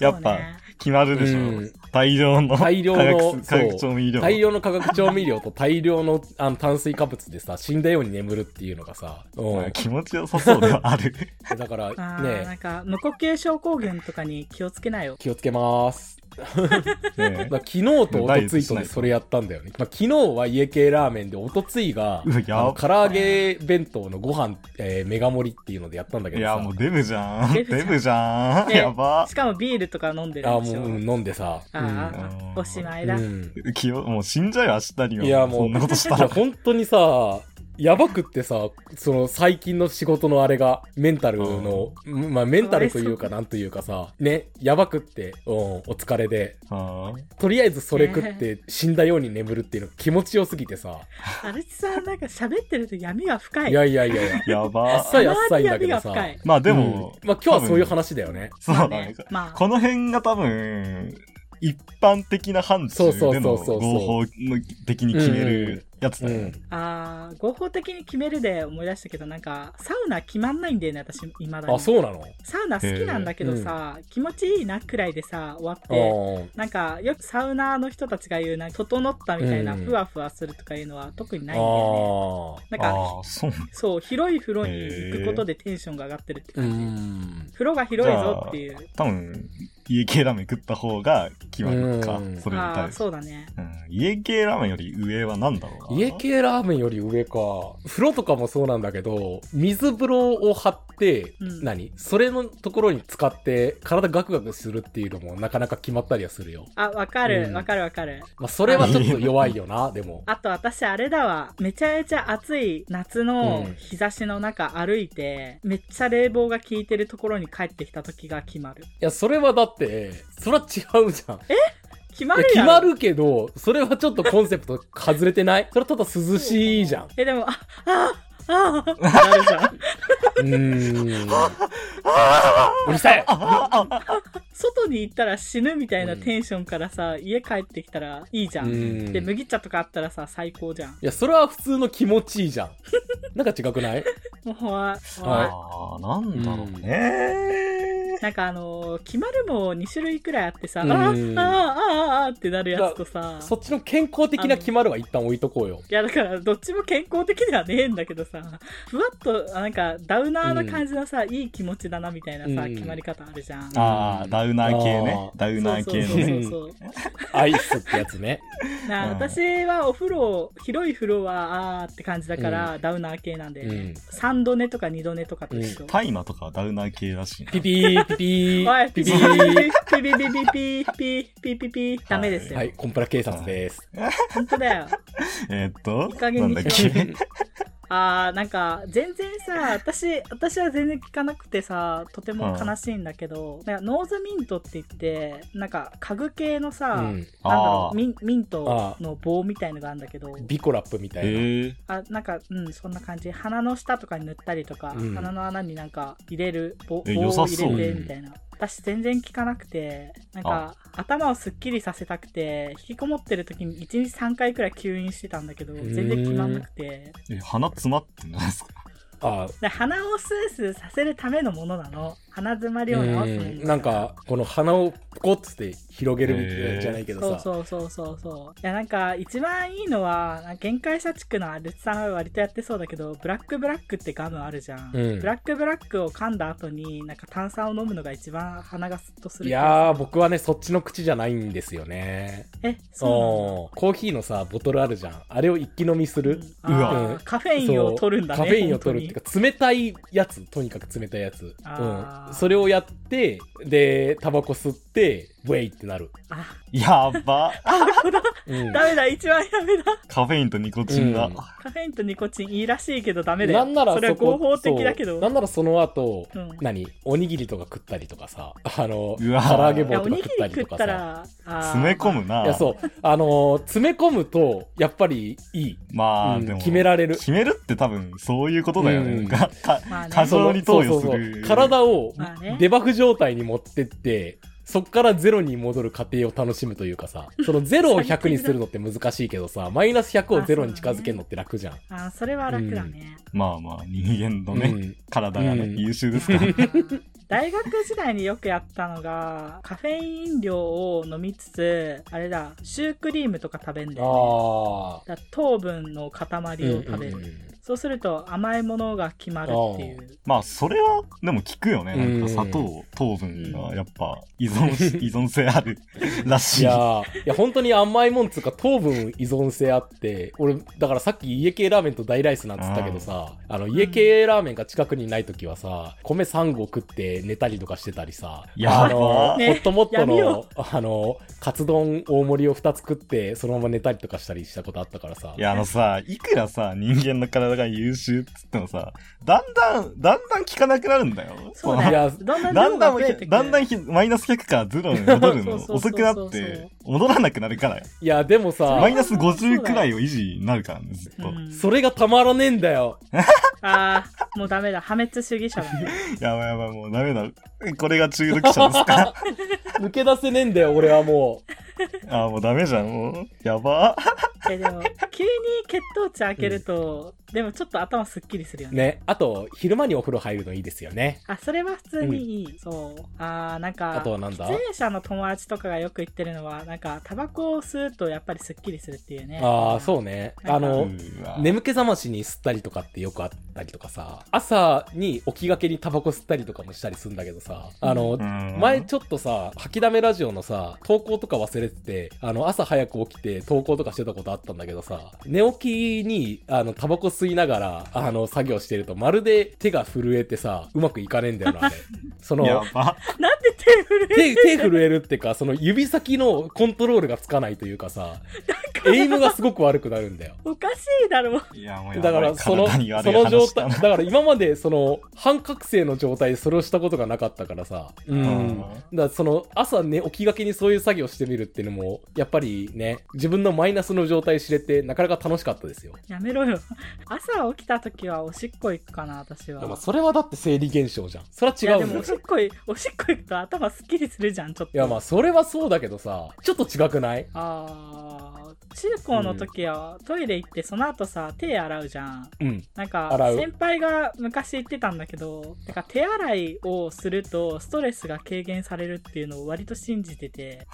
Speaker 3: やっぱ
Speaker 1: そうね
Speaker 3: 決まるでしょ。
Speaker 2: うん
Speaker 3: 大量の
Speaker 2: 大量の
Speaker 3: 化学
Speaker 2: そう
Speaker 3: 化学調味料。
Speaker 2: 大量の化学調味料と大量のあの炭水化物でさ、死んだように眠るっていうのがさ、うん。
Speaker 3: 気持ちよさそうではあ る。
Speaker 2: だか
Speaker 1: あ
Speaker 2: ら、
Speaker 1: ーな
Speaker 2: ね、
Speaker 1: んか無呼吸症候群とかに気をつけないよ。
Speaker 2: 気をつけます。
Speaker 3: ね
Speaker 2: だから昨日とおとついとでそれやったんだよね。まあ、昨日は家系ラーメンで、おとついが、
Speaker 3: うわやば
Speaker 2: あの唐揚げ弁当のご飯、えーメガ盛りっていうのでやったんだけ
Speaker 3: い
Speaker 2: どさ。
Speaker 3: や、もうデブじゃん。
Speaker 1: デ
Speaker 3: デ
Speaker 1: ブじゃん
Speaker 3: ブじゃん。
Speaker 1: ね
Speaker 3: やば
Speaker 1: し。かもビールとか飲んでる
Speaker 2: あ
Speaker 1: んでし
Speaker 2: も
Speaker 1: ょ。
Speaker 2: う、うん飲んでさ。うん
Speaker 1: ああ、おしまいだ。
Speaker 2: うん
Speaker 3: 気を、もう死んじゃうよ、明日には。
Speaker 2: いやもう
Speaker 3: そんなことし
Speaker 2: いや
Speaker 3: た ら。
Speaker 2: 本当にさ、やばくってさ、その最近の仕事のあれが、メンタルの、まあメンタルというか
Speaker 1: か
Speaker 2: なんというかさ、ね、やばくって、うん、お疲れで、
Speaker 3: うん
Speaker 2: とりあえずそれ食って死んだように眠るっていうの気持ちよすぎてさ、
Speaker 1: アルチさんなんか喋ってると闇が深い。
Speaker 2: いやいやいやいや、
Speaker 3: や
Speaker 2: あ
Speaker 3: ば
Speaker 2: っ。さりあっさりだけ
Speaker 1: 闇
Speaker 2: ど
Speaker 1: が
Speaker 2: さ、
Speaker 1: 深い。
Speaker 3: まあでも、
Speaker 2: うんまあ今日はそういう話だよね。
Speaker 3: そうだ
Speaker 1: まあね
Speaker 3: ね。
Speaker 1: まあ
Speaker 3: この辺が多分、一般的な範
Speaker 2: そう
Speaker 3: 疇
Speaker 2: そう
Speaker 3: で
Speaker 2: そ
Speaker 3: の
Speaker 2: うそう
Speaker 3: 合法の的に決めるやつ
Speaker 2: う
Speaker 3: だよね。
Speaker 2: ん。
Speaker 1: ああ、合法的に決めるで思い出したけど、なんかサウナ決まんないんだよね、私、いまだに。
Speaker 2: あ、そうなの
Speaker 1: サウナ好きなんだけどさ、気持ちいいなくらいでさ、終わって。
Speaker 2: あ
Speaker 1: なんかよくサウナーの人たちが言うなんか整ったみたいな
Speaker 2: うん
Speaker 1: ふわふわするとかいうのは特にな
Speaker 2: あ。
Speaker 1: いんだよ
Speaker 2: ああ。
Speaker 1: ね。なんか
Speaker 3: ああ、そうなんだ
Speaker 1: そう広い風呂に行くことでテンションが上がってるって
Speaker 2: う
Speaker 1: 感じ。
Speaker 2: ん。
Speaker 1: 風呂が広いぞっていう。
Speaker 3: 多分、家系ラーメン食った方が決まるか
Speaker 2: うん、
Speaker 3: それに
Speaker 1: ああ
Speaker 3: 対
Speaker 1: ー、
Speaker 3: して。
Speaker 1: そうだね。
Speaker 3: うん家系ラーメンより上は何だろうな。
Speaker 2: 家系ラーメンより上か風呂とかもそうなんだけど水風呂を張っって、
Speaker 1: うん
Speaker 2: 何それのところに使って体ガクガクするっていうのもなかなか決まったりはするよ。
Speaker 1: あ、わか
Speaker 2: う
Speaker 1: る、
Speaker 2: ん
Speaker 1: わかる、わかる。
Speaker 2: まあ、それはちょっと弱いよな、でも。
Speaker 1: あと私あれだわ。めちゃめちゃ暑い夏の
Speaker 2: うん
Speaker 1: 日差しの中歩いて、めっちゃ冷房が効いてるところに帰ってきた時が決まる。
Speaker 2: いや、それはだって、それは違うじゃん。
Speaker 1: 決まる
Speaker 2: いや
Speaker 1: や
Speaker 2: 決
Speaker 1: ん
Speaker 2: まるけど、それはちょっとコンセプト外れてないそれはただ涼しいじゃん。う
Speaker 1: え、でも、あ、あ、あ、あ、なるじ ゃん。
Speaker 2: ーん。うるさい
Speaker 1: 外に行ったら死ぬみたいなテンションからさ、家帰ってきたらいいじゃん。
Speaker 2: うん
Speaker 1: で、麦茶とかあったらさ、最高じゃん。
Speaker 2: いや、それは普通の気持ちいいじゃん。 なんか違 くない
Speaker 1: もうほわ、ほわ。
Speaker 3: ああ、なんだろうね。
Speaker 1: なんかあのー決まるも2種類くらいあってさ、
Speaker 2: うん
Speaker 1: あーあーあーあーってなるやつとさ、
Speaker 2: そっちの健康的な決まるは一旦置いとこうよ。
Speaker 1: いやだからどっちも健康的ではねえんだけどさ、ふわっとあなんかダウナーな感じのさ、いい気持ちだなみたいなさ、
Speaker 2: うん
Speaker 1: 決まり方あるじゃん。
Speaker 2: あ
Speaker 3: ああ、ダウナー系ね
Speaker 2: あ。
Speaker 3: ダウナー系の
Speaker 1: そう
Speaker 3: ね。
Speaker 1: そうそうそう
Speaker 2: アイスってやつ ね。
Speaker 1: なあ
Speaker 3: うん
Speaker 1: 私はお風呂広い風呂はあーって感じだから、ダウナー系なんで、
Speaker 2: うん
Speaker 1: ね3度寝とか2度寝とかと一緒、
Speaker 3: 大麻とかはダウナー系らしいな。
Speaker 2: ピピー、ピピ
Speaker 1: おい
Speaker 2: ー、
Speaker 1: ピ
Speaker 2: ピ
Speaker 1: ピ
Speaker 2: ピ
Speaker 1: ピピ
Speaker 2: ー。
Speaker 1: ピピピピピピピピダメですよ、
Speaker 2: はい、コンプラ警察です。
Speaker 1: 本当だよ
Speaker 3: えーっと
Speaker 1: いい加、
Speaker 3: な
Speaker 1: 減
Speaker 3: ん
Speaker 1: に
Speaker 3: だっ
Speaker 1: しろ
Speaker 3: け。
Speaker 1: あーなんか全然さ 私私は全然聞かなくてさとても悲しいんだけど、なんかノーズミントって言ってなんか家具系のさ、
Speaker 2: うん。
Speaker 1: なんだ
Speaker 3: あ
Speaker 1: ろ
Speaker 3: あ
Speaker 1: う。ミンミントの棒みたいのがあるんだけど
Speaker 2: ビコラップみたいな。
Speaker 3: ええ。
Speaker 1: あなんかうんそんな感じ鼻の下とかに塗ったりとか、
Speaker 2: うん
Speaker 1: 鼻の穴になんか入れる棒
Speaker 3: え
Speaker 1: 棒
Speaker 3: 良
Speaker 1: を
Speaker 3: さ
Speaker 1: 入
Speaker 3: そう
Speaker 1: れてみたいな私全然効かなくてなんか頭をすっきりさせたくて引きこもってる時に1日3回くらい吸引してたんだけど
Speaker 2: ん
Speaker 1: 全然決まんなくて
Speaker 3: え鼻詰まってんじゃないですか。
Speaker 2: あ
Speaker 1: で鼻をスースーさせるためのものなの鼻詰まりを治すのに
Speaker 2: うんなんかこの鼻をポコッつって広げるみたいなじゃないけど
Speaker 1: そう
Speaker 2: さ
Speaker 1: そうそうそうそういやなんか一番いいのはなんか限界社地区のアルツさんは割とやってそうだけどブラックブラックってガムあるじゃん、
Speaker 2: うん
Speaker 1: ブラックブラックを噛んだ後になんか炭酸を飲むのが一番鼻がスッとする
Speaker 2: い
Speaker 1: 気が
Speaker 2: やー僕はねそっちの口じゃないんですよね
Speaker 1: するえそう
Speaker 2: そうコーヒーのさボトルあるじゃんあれを一気飲みす
Speaker 1: な
Speaker 2: る
Speaker 1: の、あ
Speaker 3: うわ
Speaker 1: ーカフェインを取るんだね
Speaker 2: そうカフェインを取るってい
Speaker 1: 本
Speaker 2: うか冷たいやつとにかく冷たいやつ、
Speaker 1: あー
Speaker 2: うん、それをやってでタバコ吸ってウェイってなる、
Speaker 1: 当にあ
Speaker 3: やば。
Speaker 2: うん、
Speaker 1: ダメだ一番ダメだ
Speaker 3: カフェインとニコチンが。
Speaker 2: うん
Speaker 1: カフェインとニコチンいいらしいけどダメだよ
Speaker 2: なんなら
Speaker 1: それは合
Speaker 2: こ
Speaker 1: 法的だけ
Speaker 2: そ
Speaker 1: ど
Speaker 2: うなんならその後、
Speaker 1: うん
Speaker 2: 何おにぎりとか食ったりとかさ あの唐
Speaker 3: うわー
Speaker 2: 揚げ
Speaker 1: いや
Speaker 2: 棒
Speaker 1: お
Speaker 2: とか
Speaker 1: にぎ
Speaker 2: 食った
Speaker 1: り
Speaker 2: り
Speaker 1: 食
Speaker 2: と
Speaker 1: っ
Speaker 2: か
Speaker 1: た
Speaker 2: さ
Speaker 1: ら
Speaker 3: 詰め込むな。
Speaker 2: いやそうあのー詰め込むとやっぱりいい、う
Speaker 3: まあ、
Speaker 2: ん
Speaker 3: でも。
Speaker 2: 決められる
Speaker 3: 決めるって多分、そういうことだよ
Speaker 2: う
Speaker 3: ね。
Speaker 2: ん
Speaker 3: なんか
Speaker 1: む、まあね
Speaker 3: 過剰に投
Speaker 2: そ
Speaker 3: 与す
Speaker 2: うそうそう
Speaker 3: る。
Speaker 2: 体を
Speaker 1: まあね
Speaker 2: デバフ状態に持ってってそっからゼロに戻る過程を楽しむというかさそのゼロを100にするのって難しいけどさマイナス100をゼロに近づけるのって楽じゃん、
Speaker 1: あーそれは楽だね、
Speaker 3: まあまあ、人間の
Speaker 2: う
Speaker 3: ね、
Speaker 2: ん
Speaker 3: 体が
Speaker 2: う
Speaker 3: ね
Speaker 2: ん、
Speaker 3: 優秀です から。
Speaker 1: 大学時代によくやったのがカフェイン飲料を飲みつつあれだシュークリームとか食べんだよ、
Speaker 2: あ
Speaker 1: ね、だ糖分の塊を食べる、
Speaker 2: うんうんうん
Speaker 1: そうすると甘いものが決まるっていう
Speaker 3: まあ、それは、でも効くよね。なんか砂
Speaker 2: う
Speaker 3: 糖、糖分が、やっぱ、依存し、依存性あるら
Speaker 2: い
Speaker 3: しい。
Speaker 2: やーいや本当に甘いもんつうか糖分依存性あって俺だからさっき家系ラーメンと大ライスなんつったけどさあの家系ラーメンが近くにない時はさ米3合食って寝たりとかしてたりさ
Speaker 3: やば
Speaker 2: あのホ
Speaker 1: ね
Speaker 2: ットモット
Speaker 1: やめ
Speaker 2: の
Speaker 1: よ
Speaker 2: あのカツ丼大盛りを2つ食ってそのまま寝たりとかしたりしたことあったからさ
Speaker 3: いや、あのさ、いくらさ、人間の体が優秀っつってもさ、だんだん、だんだん効かなくなるんだよ。
Speaker 1: そうだ
Speaker 2: いや
Speaker 1: よだんだん
Speaker 3: だ
Speaker 1: 量
Speaker 3: んだ
Speaker 1: が
Speaker 3: ん
Speaker 1: 増えてくる
Speaker 3: だんだんひマイナス100からゼロに戻るの
Speaker 1: そうそうそうそう
Speaker 3: 遅くなって戻らなくなるから
Speaker 2: いやでもさ
Speaker 3: マイナス50くらいを維持になるからねずっと、
Speaker 1: うん
Speaker 2: それがたまらねえんだよ
Speaker 1: あーもうダメだ破滅主義者だね
Speaker 3: やばいやばいもうダメだこれが中毒者ですか
Speaker 2: 抜け出せねえんだよ俺はも
Speaker 3: ああもうダメじゃんもうやば
Speaker 1: えでも急に血糖値上げると、でもちょっと頭すっきりするよ
Speaker 2: う
Speaker 1: ね
Speaker 2: ねあと昼間にお風呂入るのいいですよね
Speaker 1: あそれは普通にいい、そうあーなんか
Speaker 2: あとはなんだ
Speaker 1: 出演者の友達とかがよく言ってるのはなんかタバコを吸うとやっぱりすっきりするっていうね
Speaker 2: ああそうねあ
Speaker 3: う
Speaker 2: の
Speaker 3: わ
Speaker 2: 眠気覚ましに吸ったりとかってよくあったりとかさ朝に起きがけにタバコ吸ったりとかもしたりするんだけどさあの、
Speaker 3: うん
Speaker 2: 前ちょっとさ吐きだめラジオのさ投稿とか忘れててあの朝早く起きて投稿とかしてたことあったんだけどさ寝起きにあのタバコ吸吸いながら、あの、作業してると、まるで手が震えてさ、うまくいかねえんだよな、あ れ。その、
Speaker 3: やば。
Speaker 1: なんで手震え
Speaker 2: 手、手震えるってか、その指先のコントロールがつかないというか さ、エイムがすごく悪くなるんだよ。
Speaker 1: おかしいだろう。
Speaker 3: いや、もうやば
Speaker 2: だ
Speaker 3: い
Speaker 2: から、その、そ
Speaker 3: 体に悪い
Speaker 2: の状
Speaker 3: 話
Speaker 2: 態、だ
Speaker 3: だな
Speaker 2: から今まで、その、半覚醒の状態でそれをしたことがなかったからさ、う
Speaker 3: うん
Speaker 2: ん。だから、その、朝ね、起きがけにそういう作業してみるっていうのも、やっぱりね、自分のマイナスの状態知れて、なかなか楽しかったですよ。
Speaker 1: やめろよ。朝起きた時はおしっこ行くかな、私は。
Speaker 2: でもそれはだって生理現象じゃん。それ
Speaker 1: いや
Speaker 2: は違
Speaker 1: で
Speaker 2: う
Speaker 1: も
Speaker 2: んだよ
Speaker 1: お。しっこい、おしっこ行くと頭すっきりするじゃん、ちょっと。
Speaker 2: いやまあそれはそうだけどさ、ちょっと違くない
Speaker 1: あー中高の時はトイレ行ってその後さ手洗うじゃん
Speaker 2: うん。
Speaker 1: なんか
Speaker 2: 洗う
Speaker 1: 先輩が昔言ってたんだけどなんか手洗いをするとストレスが軽減されるっていうのを割と信じてて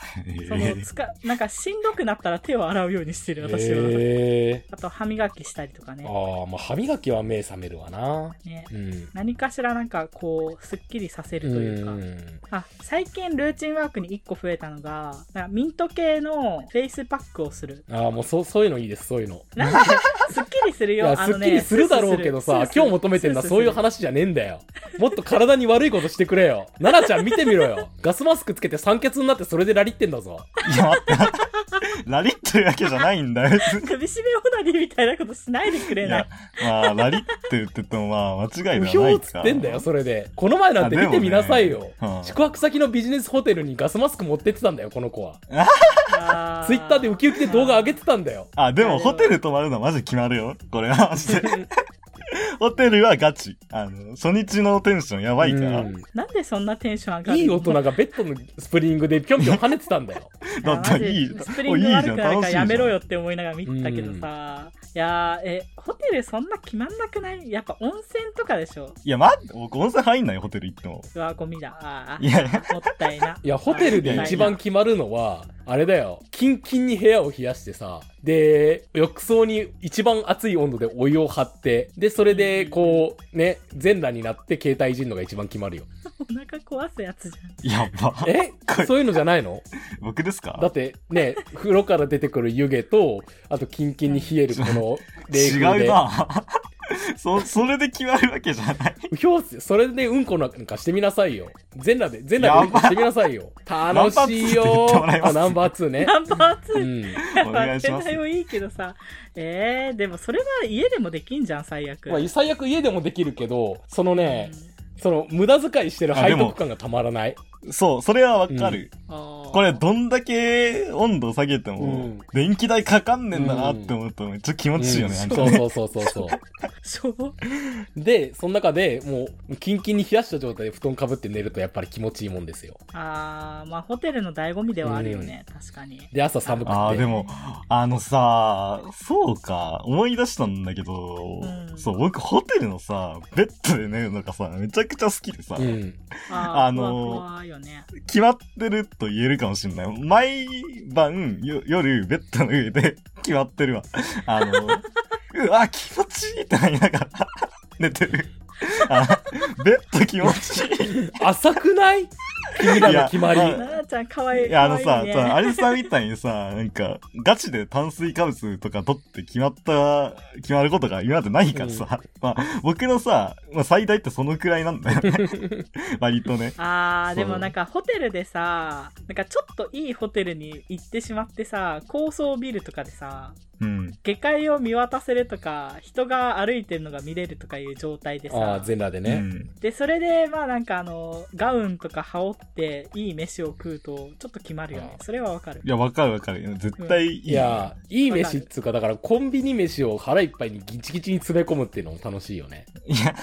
Speaker 1: そのつかなんかしんどくなったら手を洗うようにしてる私は、
Speaker 2: へ
Speaker 1: あと歯磨きしたりとか
Speaker 2: ー
Speaker 1: ね
Speaker 2: ああ、まあ歯磨きは目覚めるわな。
Speaker 1: ね
Speaker 2: うん。
Speaker 1: 何かしらなんかこうすっきりさせるというか
Speaker 2: ん
Speaker 1: あ最近ルーチンワークに1個増えたのがなんかミント系のフェイスパックをする
Speaker 2: ああ、もうそうそういうのいいです、そういうの。
Speaker 1: なんか、すっきりする
Speaker 2: い
Speaker 1: よ。
Speaker 2: や、
Speaker 1: あ
Speaker 2: す
Speaker 1: の
Speaker 2: っ
Speaker 1: ね
Speaker 2: きりするだろうけどさ、今日求めてるのはそういう。
Speaker 1: スースー
Speaker 2: 話じゃねえんだよ。もっと体に悪いことしてくれよ。奈々ちゃん見てみろよ。ガスマスクつけて酸欠になってそれでラリってんだぞ。
Speaker 3: いや、待って。ラリってるわけじゃないんだよ。
Speaker 1: スー 首絞めオナニーみたいなことしないでく
Speaker 3: い
Speaker 1: れない
Speaker 3: や。、まあ、ラリって言ってても、まあ、間違い
Speaker 2: 不
Speaker 3: では
Speaker 2: 評
Speaker 3: ない
Speaker 2: っつ
Speaker 3: か。
Speaker 2: ってんだよ、それで。この前なんて見てみなさいよ。
Speaker 3: あでもねうん
Speaker 2: 宿泊先のビジネスホテルにガスマスク持ってってたんだよ、この子は。
Speaker 1: あ
Speaker 2: ツイッターでウキウキで動画上げてたんだよ。
Speaker 3: あ、でも、ホテル泊まるのはマジ決まるよ。これ は、マジで。ホテルはガチ。あの、初日のテンションやばいから。
Speaker 2: うん
Speaker 1: なんでそんなテンション上がる
Speaker 2: いい大人がベッドのスプリングでぴょんぴょん跳ねてたんだよ。
Speaker 3: だったらい
Speaker 1: い
Speaker 3: い
Speaker 1: やマジスプリング悪くなるからやめろよって思いながら見てたけど
Speaker 2: うん
Speaker 1: さ。いやー、え、ホテルそんな決まんなくないやっぱ温泉とかでしょ
Speaker 3: いや、ま、僕温泉入んないよ、ホテル行っても。
Speaker 1: うわ、ゴミだ。あ
Speaker 3: いやいや
Speaker 1: あ、もったいな。
Speaker 2: いや、ホテルで一番決まるのは、あれだよ。キンキンに部屋を冷やしてさ、で、浴槽に一番熱い温度でお湯を張って、で、それで、こう、ね、全裸になって携帯いじるのが一番決まる よ。
Speaker 1: お腹壊すやつじゃん。
Speaker 3: やば。
Speaker 2: え
Speaker 3: これ
Speaker 2: そういうのじゃないの
Speaker 3: 僕ですか
Speaker 2: だってね、風呂から出てくる湯気と、あとキンキンに冷えるこの冷風で。
Speaker 3: 違うな。 そ、それで決まるわけじゃない。
Speaker 2: うひょうっすよそれでうんこなんかしてみなさいよ。全裸で、全裸でうんこしてみなさいよ。楽しいよ
Speaker 3: や。ば
Speaker 2: あ、ナンバー2ね。
Speaker 1: ナンバー
Speaker 2: う
Speaker 1: 2
Speaker 2: ん。
Speaker 3: お
Speaker 1: や
Speaker 3: 願
Speaker 1: っ
Speaker 3: いしてます
Speaker 1: ないもいいけどさ。えー、でもそれは家でもできんじゃん、最悪。
Speaker 2: まあ、最悪家でもできるけど、そのね
Speaker 1: う、ん
Speaker 2: その無駄遣いしてる背
Speaker 3: あでも
Speaker 2: 徳感がたまらない。
Speaker 3: そう、それはわかる。こ
Speaker 1: こ
Speaker 3: れ、どんだけ温度下げて
Speaker 2: う
Speaker 3: も
Speaker 2: ん、
Speaker 3: 電気代かかんねんだなって思うと、めっちゃ気持ちいいよね、
Speaker 2: う
Speaker 3: なん
Speaker 2: そう
Speaker 3: んかね。
Speaker 2: そうそうそうそう。
Speaker 1: しょぼ
Speaker 2: で、その中でもう、キンキンに冷やした状態で布団かぶって寝るとやっぱり気持ちいいもんですよ。あ
Speaker 1: あーまあホテルの醍醐味ではあるよね、確かに
Speaker 2: で、朝寒くて。
Speaker 3: ああ、でも、あのさ、そうか、思い出したんだけど、
Speaker 1: うん
Speaker 3: そう、僕、ホテルのさ、ベッドで寝るのがさ、めちゃくちゃ好きでさ、
Speaker 2: うん。
Speaker 1: あ
Speaker 3: あ
Speaker 1: あ
Speaker 3: のー
Speaker 1: の怖いよね
Speaker 3: 決まってると言えるかもしんない。毎晩、よ夜、ベッドの上で 決まってるわ。あの、 うわ、気持ちいいってなりながら 寝てる。あベッド気持ちいい。
Speaker 2: 浅くない君らの決まり。
Speaker 3: いや
Speaker 1: ななちゃん可愛い
Speaker 3: いや、あのさ、
Speaker 1: 可愛いね
Speaker 3: そうアリスさんみたいにさ、なんか、ガチで炭水化物とか取って決まった、決まることが今までないからさ、まあ、僕のさ、まあ、最大ってそのくらいなんだよね。 割とね。
Speaker 1: あー
Speaker 3: そう
Speaker 1: でもなんかホテルでさなんかちょっといいホテルに行ってしまってさ高層ビルとかでさ
Speaker 3: うん。
Speaker 1: 下界を見渡せるとか人が歩いてるのが見れるとかいう状態で
Speaker 2: ああ、
Speaker 1: さ
Speaker 2: 全裸で
Speaker 3: う
Speaker 2: ね。
Speaker 3: ん。
Speaker 1: でそれでまあなんかあのガウンとか羽織っていい飯を食うとちょっと決まるよね
Speaker 2: あ
Speaker 1: それはわかる
Speaker 3: いや、わかるわかる。絶対いい。
Speaker 2: いや、いい飯っつうか、だからコンビニ飯を腹いっぱいにギチギチに詰め込むっていうのも楽しいよね。
Speaker 3: いや、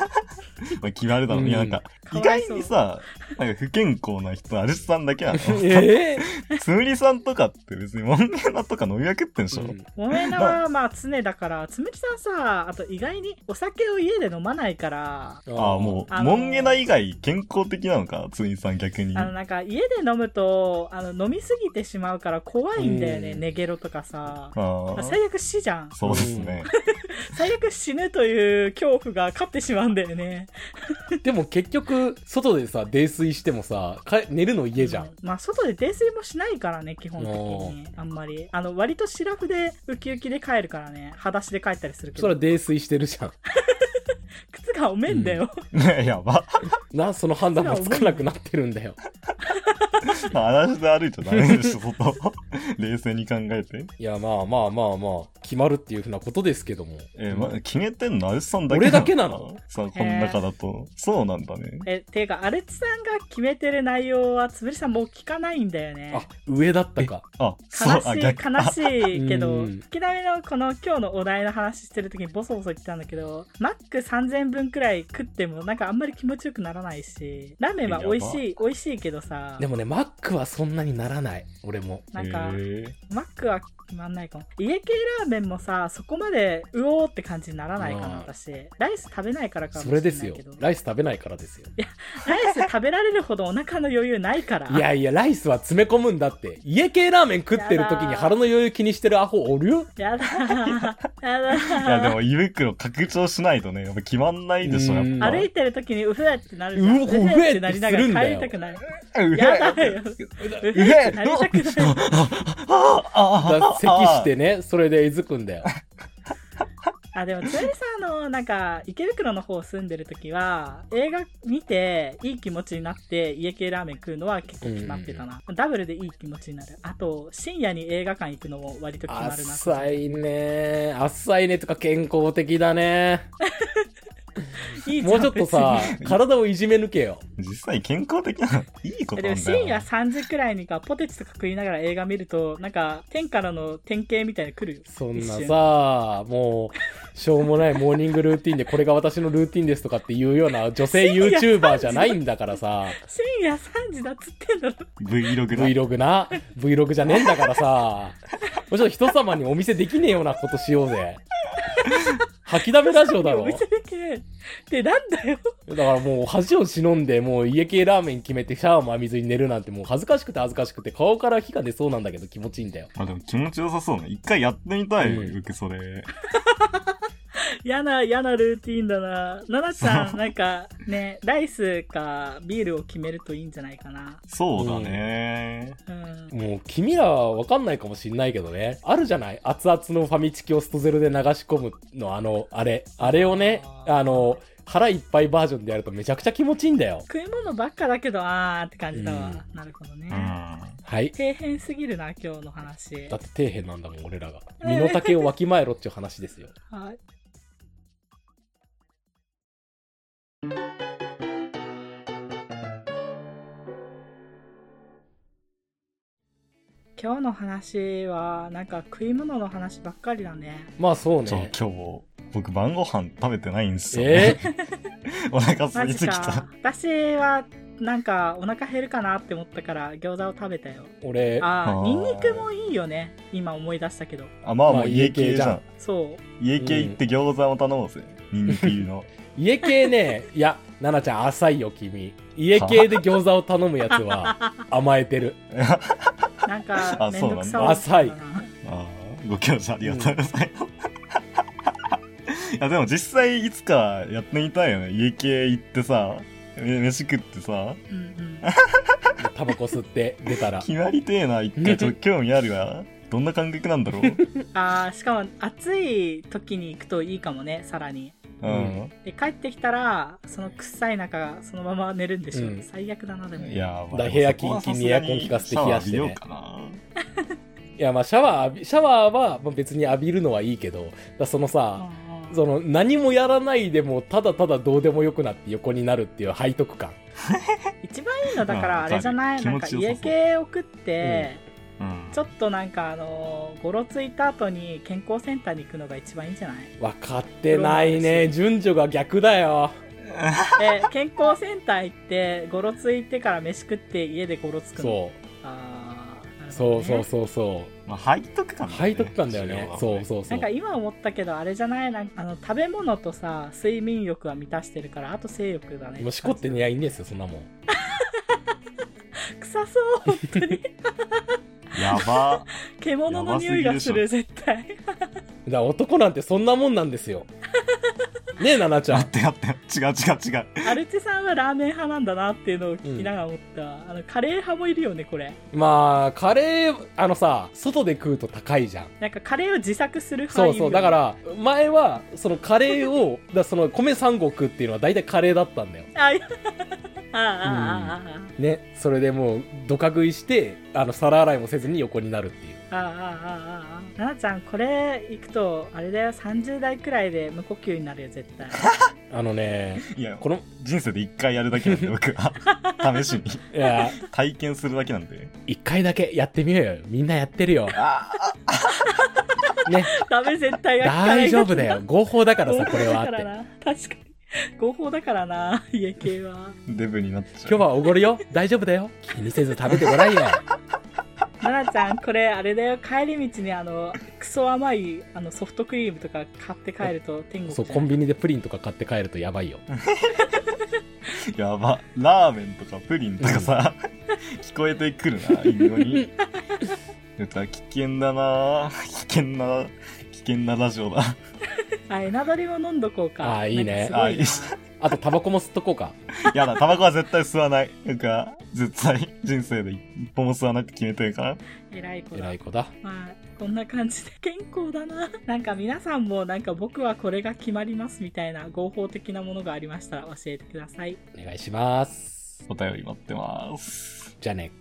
Speaker 3: まあ、決まるだろう。いや、
Speaker 2: う
Speaker 3: なんんか、
Speaker 1: か
Speaker 3: 意
Speaker 1: わい
Speaker 3: 外
Speaker 1: そう
Speaker 3: にさ、なんか不健康な人、アリスさんだけなの。
Speaker 2: ええ
Speaker 3: つむりさんとかって別にモンゲナとか飲みまくってんでしょ、
Speaker 2: うん
Speaker 1: もめなはまあ常だから、つむきさんさ、あと意外にお酒を家で飲まないから、
Speaker 3: ああ、もう、
Speaker 1: あのー
Speaker 3: モンゲナ以外健康的なのか、つむりさん逆に。
Speaker 1: あのなんか家で飲むと、あの飲みすぎてしまうから怖いんだよね、
Speaker 2: うん
Speaker 1: ネゲロとかさ。
Speaker 3: ああ
Speaker 1: 最悪死じゃん。
Speaker 3: そうですね。
Speaker 1: 最悪死ぬという恐怖が勝ってしまうんだよね。ね。
Speaker 2: でも結局、外でさ、泥酔してもさ、か寝るの家じゃ。
Speaker 1: うんまあ、外で泥酔もしないからね、基本的に。あんまり。あの、割とシラフでウキウキで帰るからね、裸足で帰ったりするけ
Speaker 2: それ
Speaker 1: ど
Speaker 2: は。泥酔してるじゃん。
Speaker 1: 靴がおめんだよ。
Speaker 3: ねやば。
Speaker 2: な、その判断もつかなくなってるんだよ。
Speaker 3: 裸足で歩いちゃダメでしょ、外。冷静に考えて。
Speaker 2: いや、まあまあまあまあ、決まるっていうふうなことですけども。
Speaker 3: えーま、決めてんのアレツさんだけ
Speaker 2: 俺だけなの
Speaker 3: さあ、この中だと。そうなんだね。
Speaker 1: え、ていうか、アレツさんが決めてる内容は、つぶりさんもう聞かないんだよね
Speaker 2: あ。、上だったか。
Speaker 3: あ、
Speaker 1: 悲
Speaker 3: そう、
Speaker 1: し
Speaker 3: あ、
Speaker 1: い、
Speaker 3: 逆。
Speaker 1: 悲しいけ
Speaker 2: う
Speaker 1: ど、
Speaker 2: ん
Speaker 1: 引きだめのこの今日のお題の話してる時にボソボソ言ってたんだけど、マック3000分くらい食ってもなんかあんまり気持ちよくならないし、ラーメンは美味しい、美味しいけどさ、
Speaker 2: でもね、マックはそんなにならない。俺も。
Speaker 1: なんか、
Speaker 3: へ
Speaker 1: マックは決まんないかも。家系ラーメンもさ、そこまでうおーって感じにならないか
Speaker 2: うん
Speaker 1: な、私。ライス食べないからかもし
Speaker 2: そ
Speaker 1: れな
Speaker 2: れ
Speaker 1: いけ
Speaker 2: で
Speaker 1: ど。
Speaker 2: すよ。ライス食べないからですよ。
Speaker 1: ライス食べられるほどお腹の余裕ないから。
Speaker 2: いやいや、ライスは詰め込むんだって。家系ラーメン食ってる時に腹の余裕気にしてるアホおるよ
Speaker 1: やだー。やだ
Speaker 3: え
Speaker 1: ー
Speaker 3: いや、でも胃袋拡張しないとね、やっぱ決まんないでしょ、やっ
Speaker 2: うん
Speaker 3: ぱ。
Speaker 1: 歩いてる時にうふえってなるじゃん。
Speaker 2: うおこう
Speaker 1: ふえってなりなが
Speaker 2: うえってするん
Speaker 1: ら
Speaker 2: だ
Speaker 1: 帰り
Speaker 2: よ
Speaker 1: たくない。
Speaker 3: うえ
Speaker 1: やだ よ。うふえってなりたくない。
Speaker 3: ああ
Speaker 2: だ
Speaker 3: あ
Speaker 2: 咳してね、それでえずく んだよ。
Speaker 1: あでもつるさんのなんか池袋の方住んでる時は映画見ていい気持ちになって家系ラーメン食うのは結構決まってたな、ダブルでいい気持ちになるあと深夜に映画館行くのも割と決まるな
Speaker 2: 浅いね。浅いねとか健康的だね。
Speaker 1: いいじゃん
Speaker 2: もうちょっとさ
Speaker 1: 別に、
Speaker 2: 体をいじめ抜けよ。
Speaker 3: 実際健康的なのいいこと
Speaker 1: で
Speaker 3: な
Speaker 1: も
Speaker 3: んだ
Speaker 1: 深
Speaker 3: よ
Speaker 1: 夜
Speaker 3: な。
Speaker 1: 3時くらいにかポテチとか食いながら映画見るとなんか天からの典型みたいなの来るよ
Speaker 2: そん
Speaker 1: 一
Speaker 2: な
Speaker 1: 瞬
Speaker 2: さ、もう、しょうもないモーニングルーティンでこれが私のルーティンですとかっていうような女性 YouTuber じゃないんだからさ、
Speaker 1: 深夜3時だっつってんだろ
Speaker 3: Vlog だ。
Speaker 2: Vlog な、Vlog じゃねえんだからさ、もうちょっと人様にお見せできねえようなことしようぜ。吐きだめラジオだ
Speaker 1: お
Speaker 2: ろ。
Speaker 1: 店でけえってなんだよ
Speaker 2: だからもう恥を忍んで、もう家系ラーメン決めてシャワーも浴びずに寝るなんてもう恥ずかしくて恥ずかしくて顔から火が出そうなんだけど気持ちいいんだよ。
Speaker 3: まあでも気持ちよさそうね。一回やってみたい、
Speaker 2: うん
Speaker 3: 僕それ。
Speaker 1: 嫌な、嫌なルーティンだな。ななちゃん、 なんかね、ライスかビールを決めるといいんじゃないかな。
Speaker 3: そうだね。
Speaker 1: うん。
Speaker 2: もう君らはわかんないかもしんないけどね。あるじゃない熱々のファミチキをストゼロで流し込むのあの、あれ。あれをね、あの、腹いっぱいバージョンでやるとめちゃくちゃ気持ちいいんだよ。
Speaker 1: 食い物ばっかだけど、あーって感じだわ。
Speaker 2: う
Speaker 1: なるほどね。
Speaker 3: うん。
Speaker 2: はい。
Speaker 1: 底辺すぎるな、今日の話
Speaker 2: だ。って底辺なんだもん、俺らが。身の丈をわきまえろっていう話ですよ。
Speaker 1: はい。今日の話は、なんか食い物の話ばっかりだね。
Speaker 2: まあそう
Speaker 3: そう、
Speaker 2: ね。
Speaker 3: 今日、僕晩ご飯食べてないんですよ、
Speaker 2: え
Speaker 3: ね。 お腹空
Speaker 1: マ
Speaker 3: い
Speaker 1: ジ
Speaker 3: てき
Speaker 1: か
Speaker 3: た。
Speaker 1: 私はなんかお腹減るかなって思ったから餃子を食べたよ
Speaker 2: ー、俺、
Speaker 1: あ
Speaker 3: あ
Speaker 1: あ
Speaker 3: ー
Speaker 1: ニンニクもいいよね今思い出したけど
Speaker 3: あ、まあ
Speaker 2: ま
Speaker 3: も
Speaker 2: あ
Speaker 3: う家系じゃん。
Speaker 1: そう
Speaker 3: 家系行って餃子も頼もうぜ。ニンニク入 りの。
Speaker 2: 家系ね、いや、奈々ちゃん浅いよ、君。家系で餃子を頼むやつは甘えてる。
Speaker 1: なんか
Speaker 3: あ
Speaker 1: め
Speaker 3: そ
Speaker 1: ん
Speaker 3: うな
Speaker 1: ど
Speaker 3: んだ
Speaker 1: くさおじさんだな
Speaker 3: ああ、ご教授ありがとうございます。いや、でも実際いつかやってみたいよね。家系行ってさ、め飯食って
Speaker 1: う
Speaker 3: さ、
Speaker 1: んうん
Speaker 2: タバコ吸って出たら。
Speaker 3: 決まりてえな、 一回ちょっと興味あるわ。どんな感覚なんだろう。
Speaker 1: あーしかも暑い時に行くといいかもねさらに
Speaker 3: う
Speaker 2: うん
Speaker 3: ん。
Speaker 1: で帰ってきたらその臭い中そのまま寝るんでしょ、
Speaker 2: うん
Speaker 1: 最悪だなでも
Speaker 3: いやー、まあ
Speaker 2: だ
Speaker 3: でも
Speaker 2: 部屋
Speaker 3: そこは
Speaker 2: キンキンに
Speaker 3: さすが
Speaker 2: エアコン効かせて冷やしてね
Speaker 3: シャワー浴びよ
Speaker 2: いや、まあシャワー浴び、シャワーはまあ別に浴びるのはいいけど、だからその
Speaker 1: うん
Speaker 2: さ、
Speaker 1: うん
Speaker 2: その何もやらないでもただただどうでもよくなって横になるっていう背徳感。
Speaker 1: 一番いいのだからあれじゃない、
Speaker 3: うん
Speaker 1: なんか
Speaker 3: 気持ちよ
Speaker 1: 家
Speaker 3: さそう
Speaker 1: 系送って、
Speaker 3: うかな。うん
Speaker 1: ちょっとなんかあのー、ごろついた後に健康センターに行くのが一番いいんじ ゃない
Speaker 2: 分かってないね。順序が逆だよ。
Speaker 1: え健康センター行ってごろついてから飯食って家でごろつくの
Speaker 2: そ
Speaker 1: あーな
Speaker 2: う。
Speaker 1: るほ
Speaker 2: そ
Speaker 1: ど
Speaker 2: う
Speaker 1: ね
Speaker 2: そうそうそう。
Speaker 3: まあ、背徳感だよね
Speaker 2: 背徳感だよね。そうそうそ
Speaker 1: な
Speaker 2: うん
Speaker 1: か。今思ったけどあれじゃないなんかあの食べ物とさ睡眠欲は満たしてるからあと性欲だね
Speaker 2: もうしこって似合いんですよ、そんなもん。
Speaker 1: 臭そう 本当に
Speaker 3: やば。
Speaker 1: 獣の匂いがする絶対
Speaker 2: だから男なんてそんなもんなんですよ。ねえ、ななちゃん。
Speaker 3: 待って待って、違う違う違う。
Speaker 1: アルチさんはラーメン派なんだなっていうのを聞きながら思った、あのカレー派もいるよねこれ
Speaker 2: まあ、カレー、あのさ、外で食うと高いじゃん。
Speaker 1: なんかカレーを自作する派
Speaker 2: そうそう。だからら、前は、そのカレーを、だその米3合食うっていうのは大体カレーだったんだよ。
Speaker 1: あいやああああああ
Speaker 2: ね。それでもう、どか食いして、あの、皿洗いもせずに横になるっていう。
Speaker 1: ああああああななちゃんこれ行くとあれだよ30代くらいで無呼吸になるよ絶対
Speaker 2: あのね、
Speaker 3: いや、
Speaker 2: この、
Speaker 3: 人生で一回やるだけなんで、僕は。試しに。
Speaker 2: いや、
Speaker 3: 体験するだけなんで。
Speaker 2: 一回だけやってみようよ。みんなやってるよ。
Speaker 3: あ
Speaker 2: ね。
Speaker 1: ダメ絶対が効かない
Speaker 2: 大丈夫だよ。合法だから
Speaker 1: 合
Speaker 2: さ、
Speaker 1: 法
Speaker 2: これは
Speaker 1: だ
Speaker 2: っ
Speaker 1: から。
Speaker 2: て
Speaker 1: な確かに合法だからな家系は
Speaker 3: ーデブになっちゃう。
Speaker 2: 今日はおごるよ。大丈夫だよ。気にせず食べてごら んよ。
Speaker 1: ななちゃんこれあれだよ帰り道にあのクソ甘いあのソフトクリームとか買って帰ると天国
Speaker 2: そう、
Speaker 1: じゃ
Speaker 2: コ
Speaker 1: ない
Speaker 2: ンビニでプリンとか買って帰るとやばいよ。
Speaker 3: やば。ラーメンとかプリンとかさ、聞こえてくるな、微妙に。歌危険だな危険な、危険なラジオだ。
Speaker 1: あエナドリも飲んどこうか
Speaker 2: あーいいね
Speaker 1: な
Speaker 3: あ、
Speaker 1: ん
Speaker 3: いい
Speaker 1: か
Speaker 3: っ
Speaker 1: す
Speaker 3: す
Speaker 2: あと、タバコも吸っとこうか。
Speaker 3: やだ、タバコは絶対吸わない。なんか、絶対、人生で一本も吸わないって決めてるから。
Speaker 1: ごい偉い子だ
Speaker 2: 偉い子だ。
Speaker 1: まあこんな感じで健康だな なんか皆さんもなんか僕はこれが決まりますみたいな合法的なものがありましたら教えてください
Speaker 2: お願いします。
Speaker 3: お便り待ってます。
Speaker 2: じゃあね。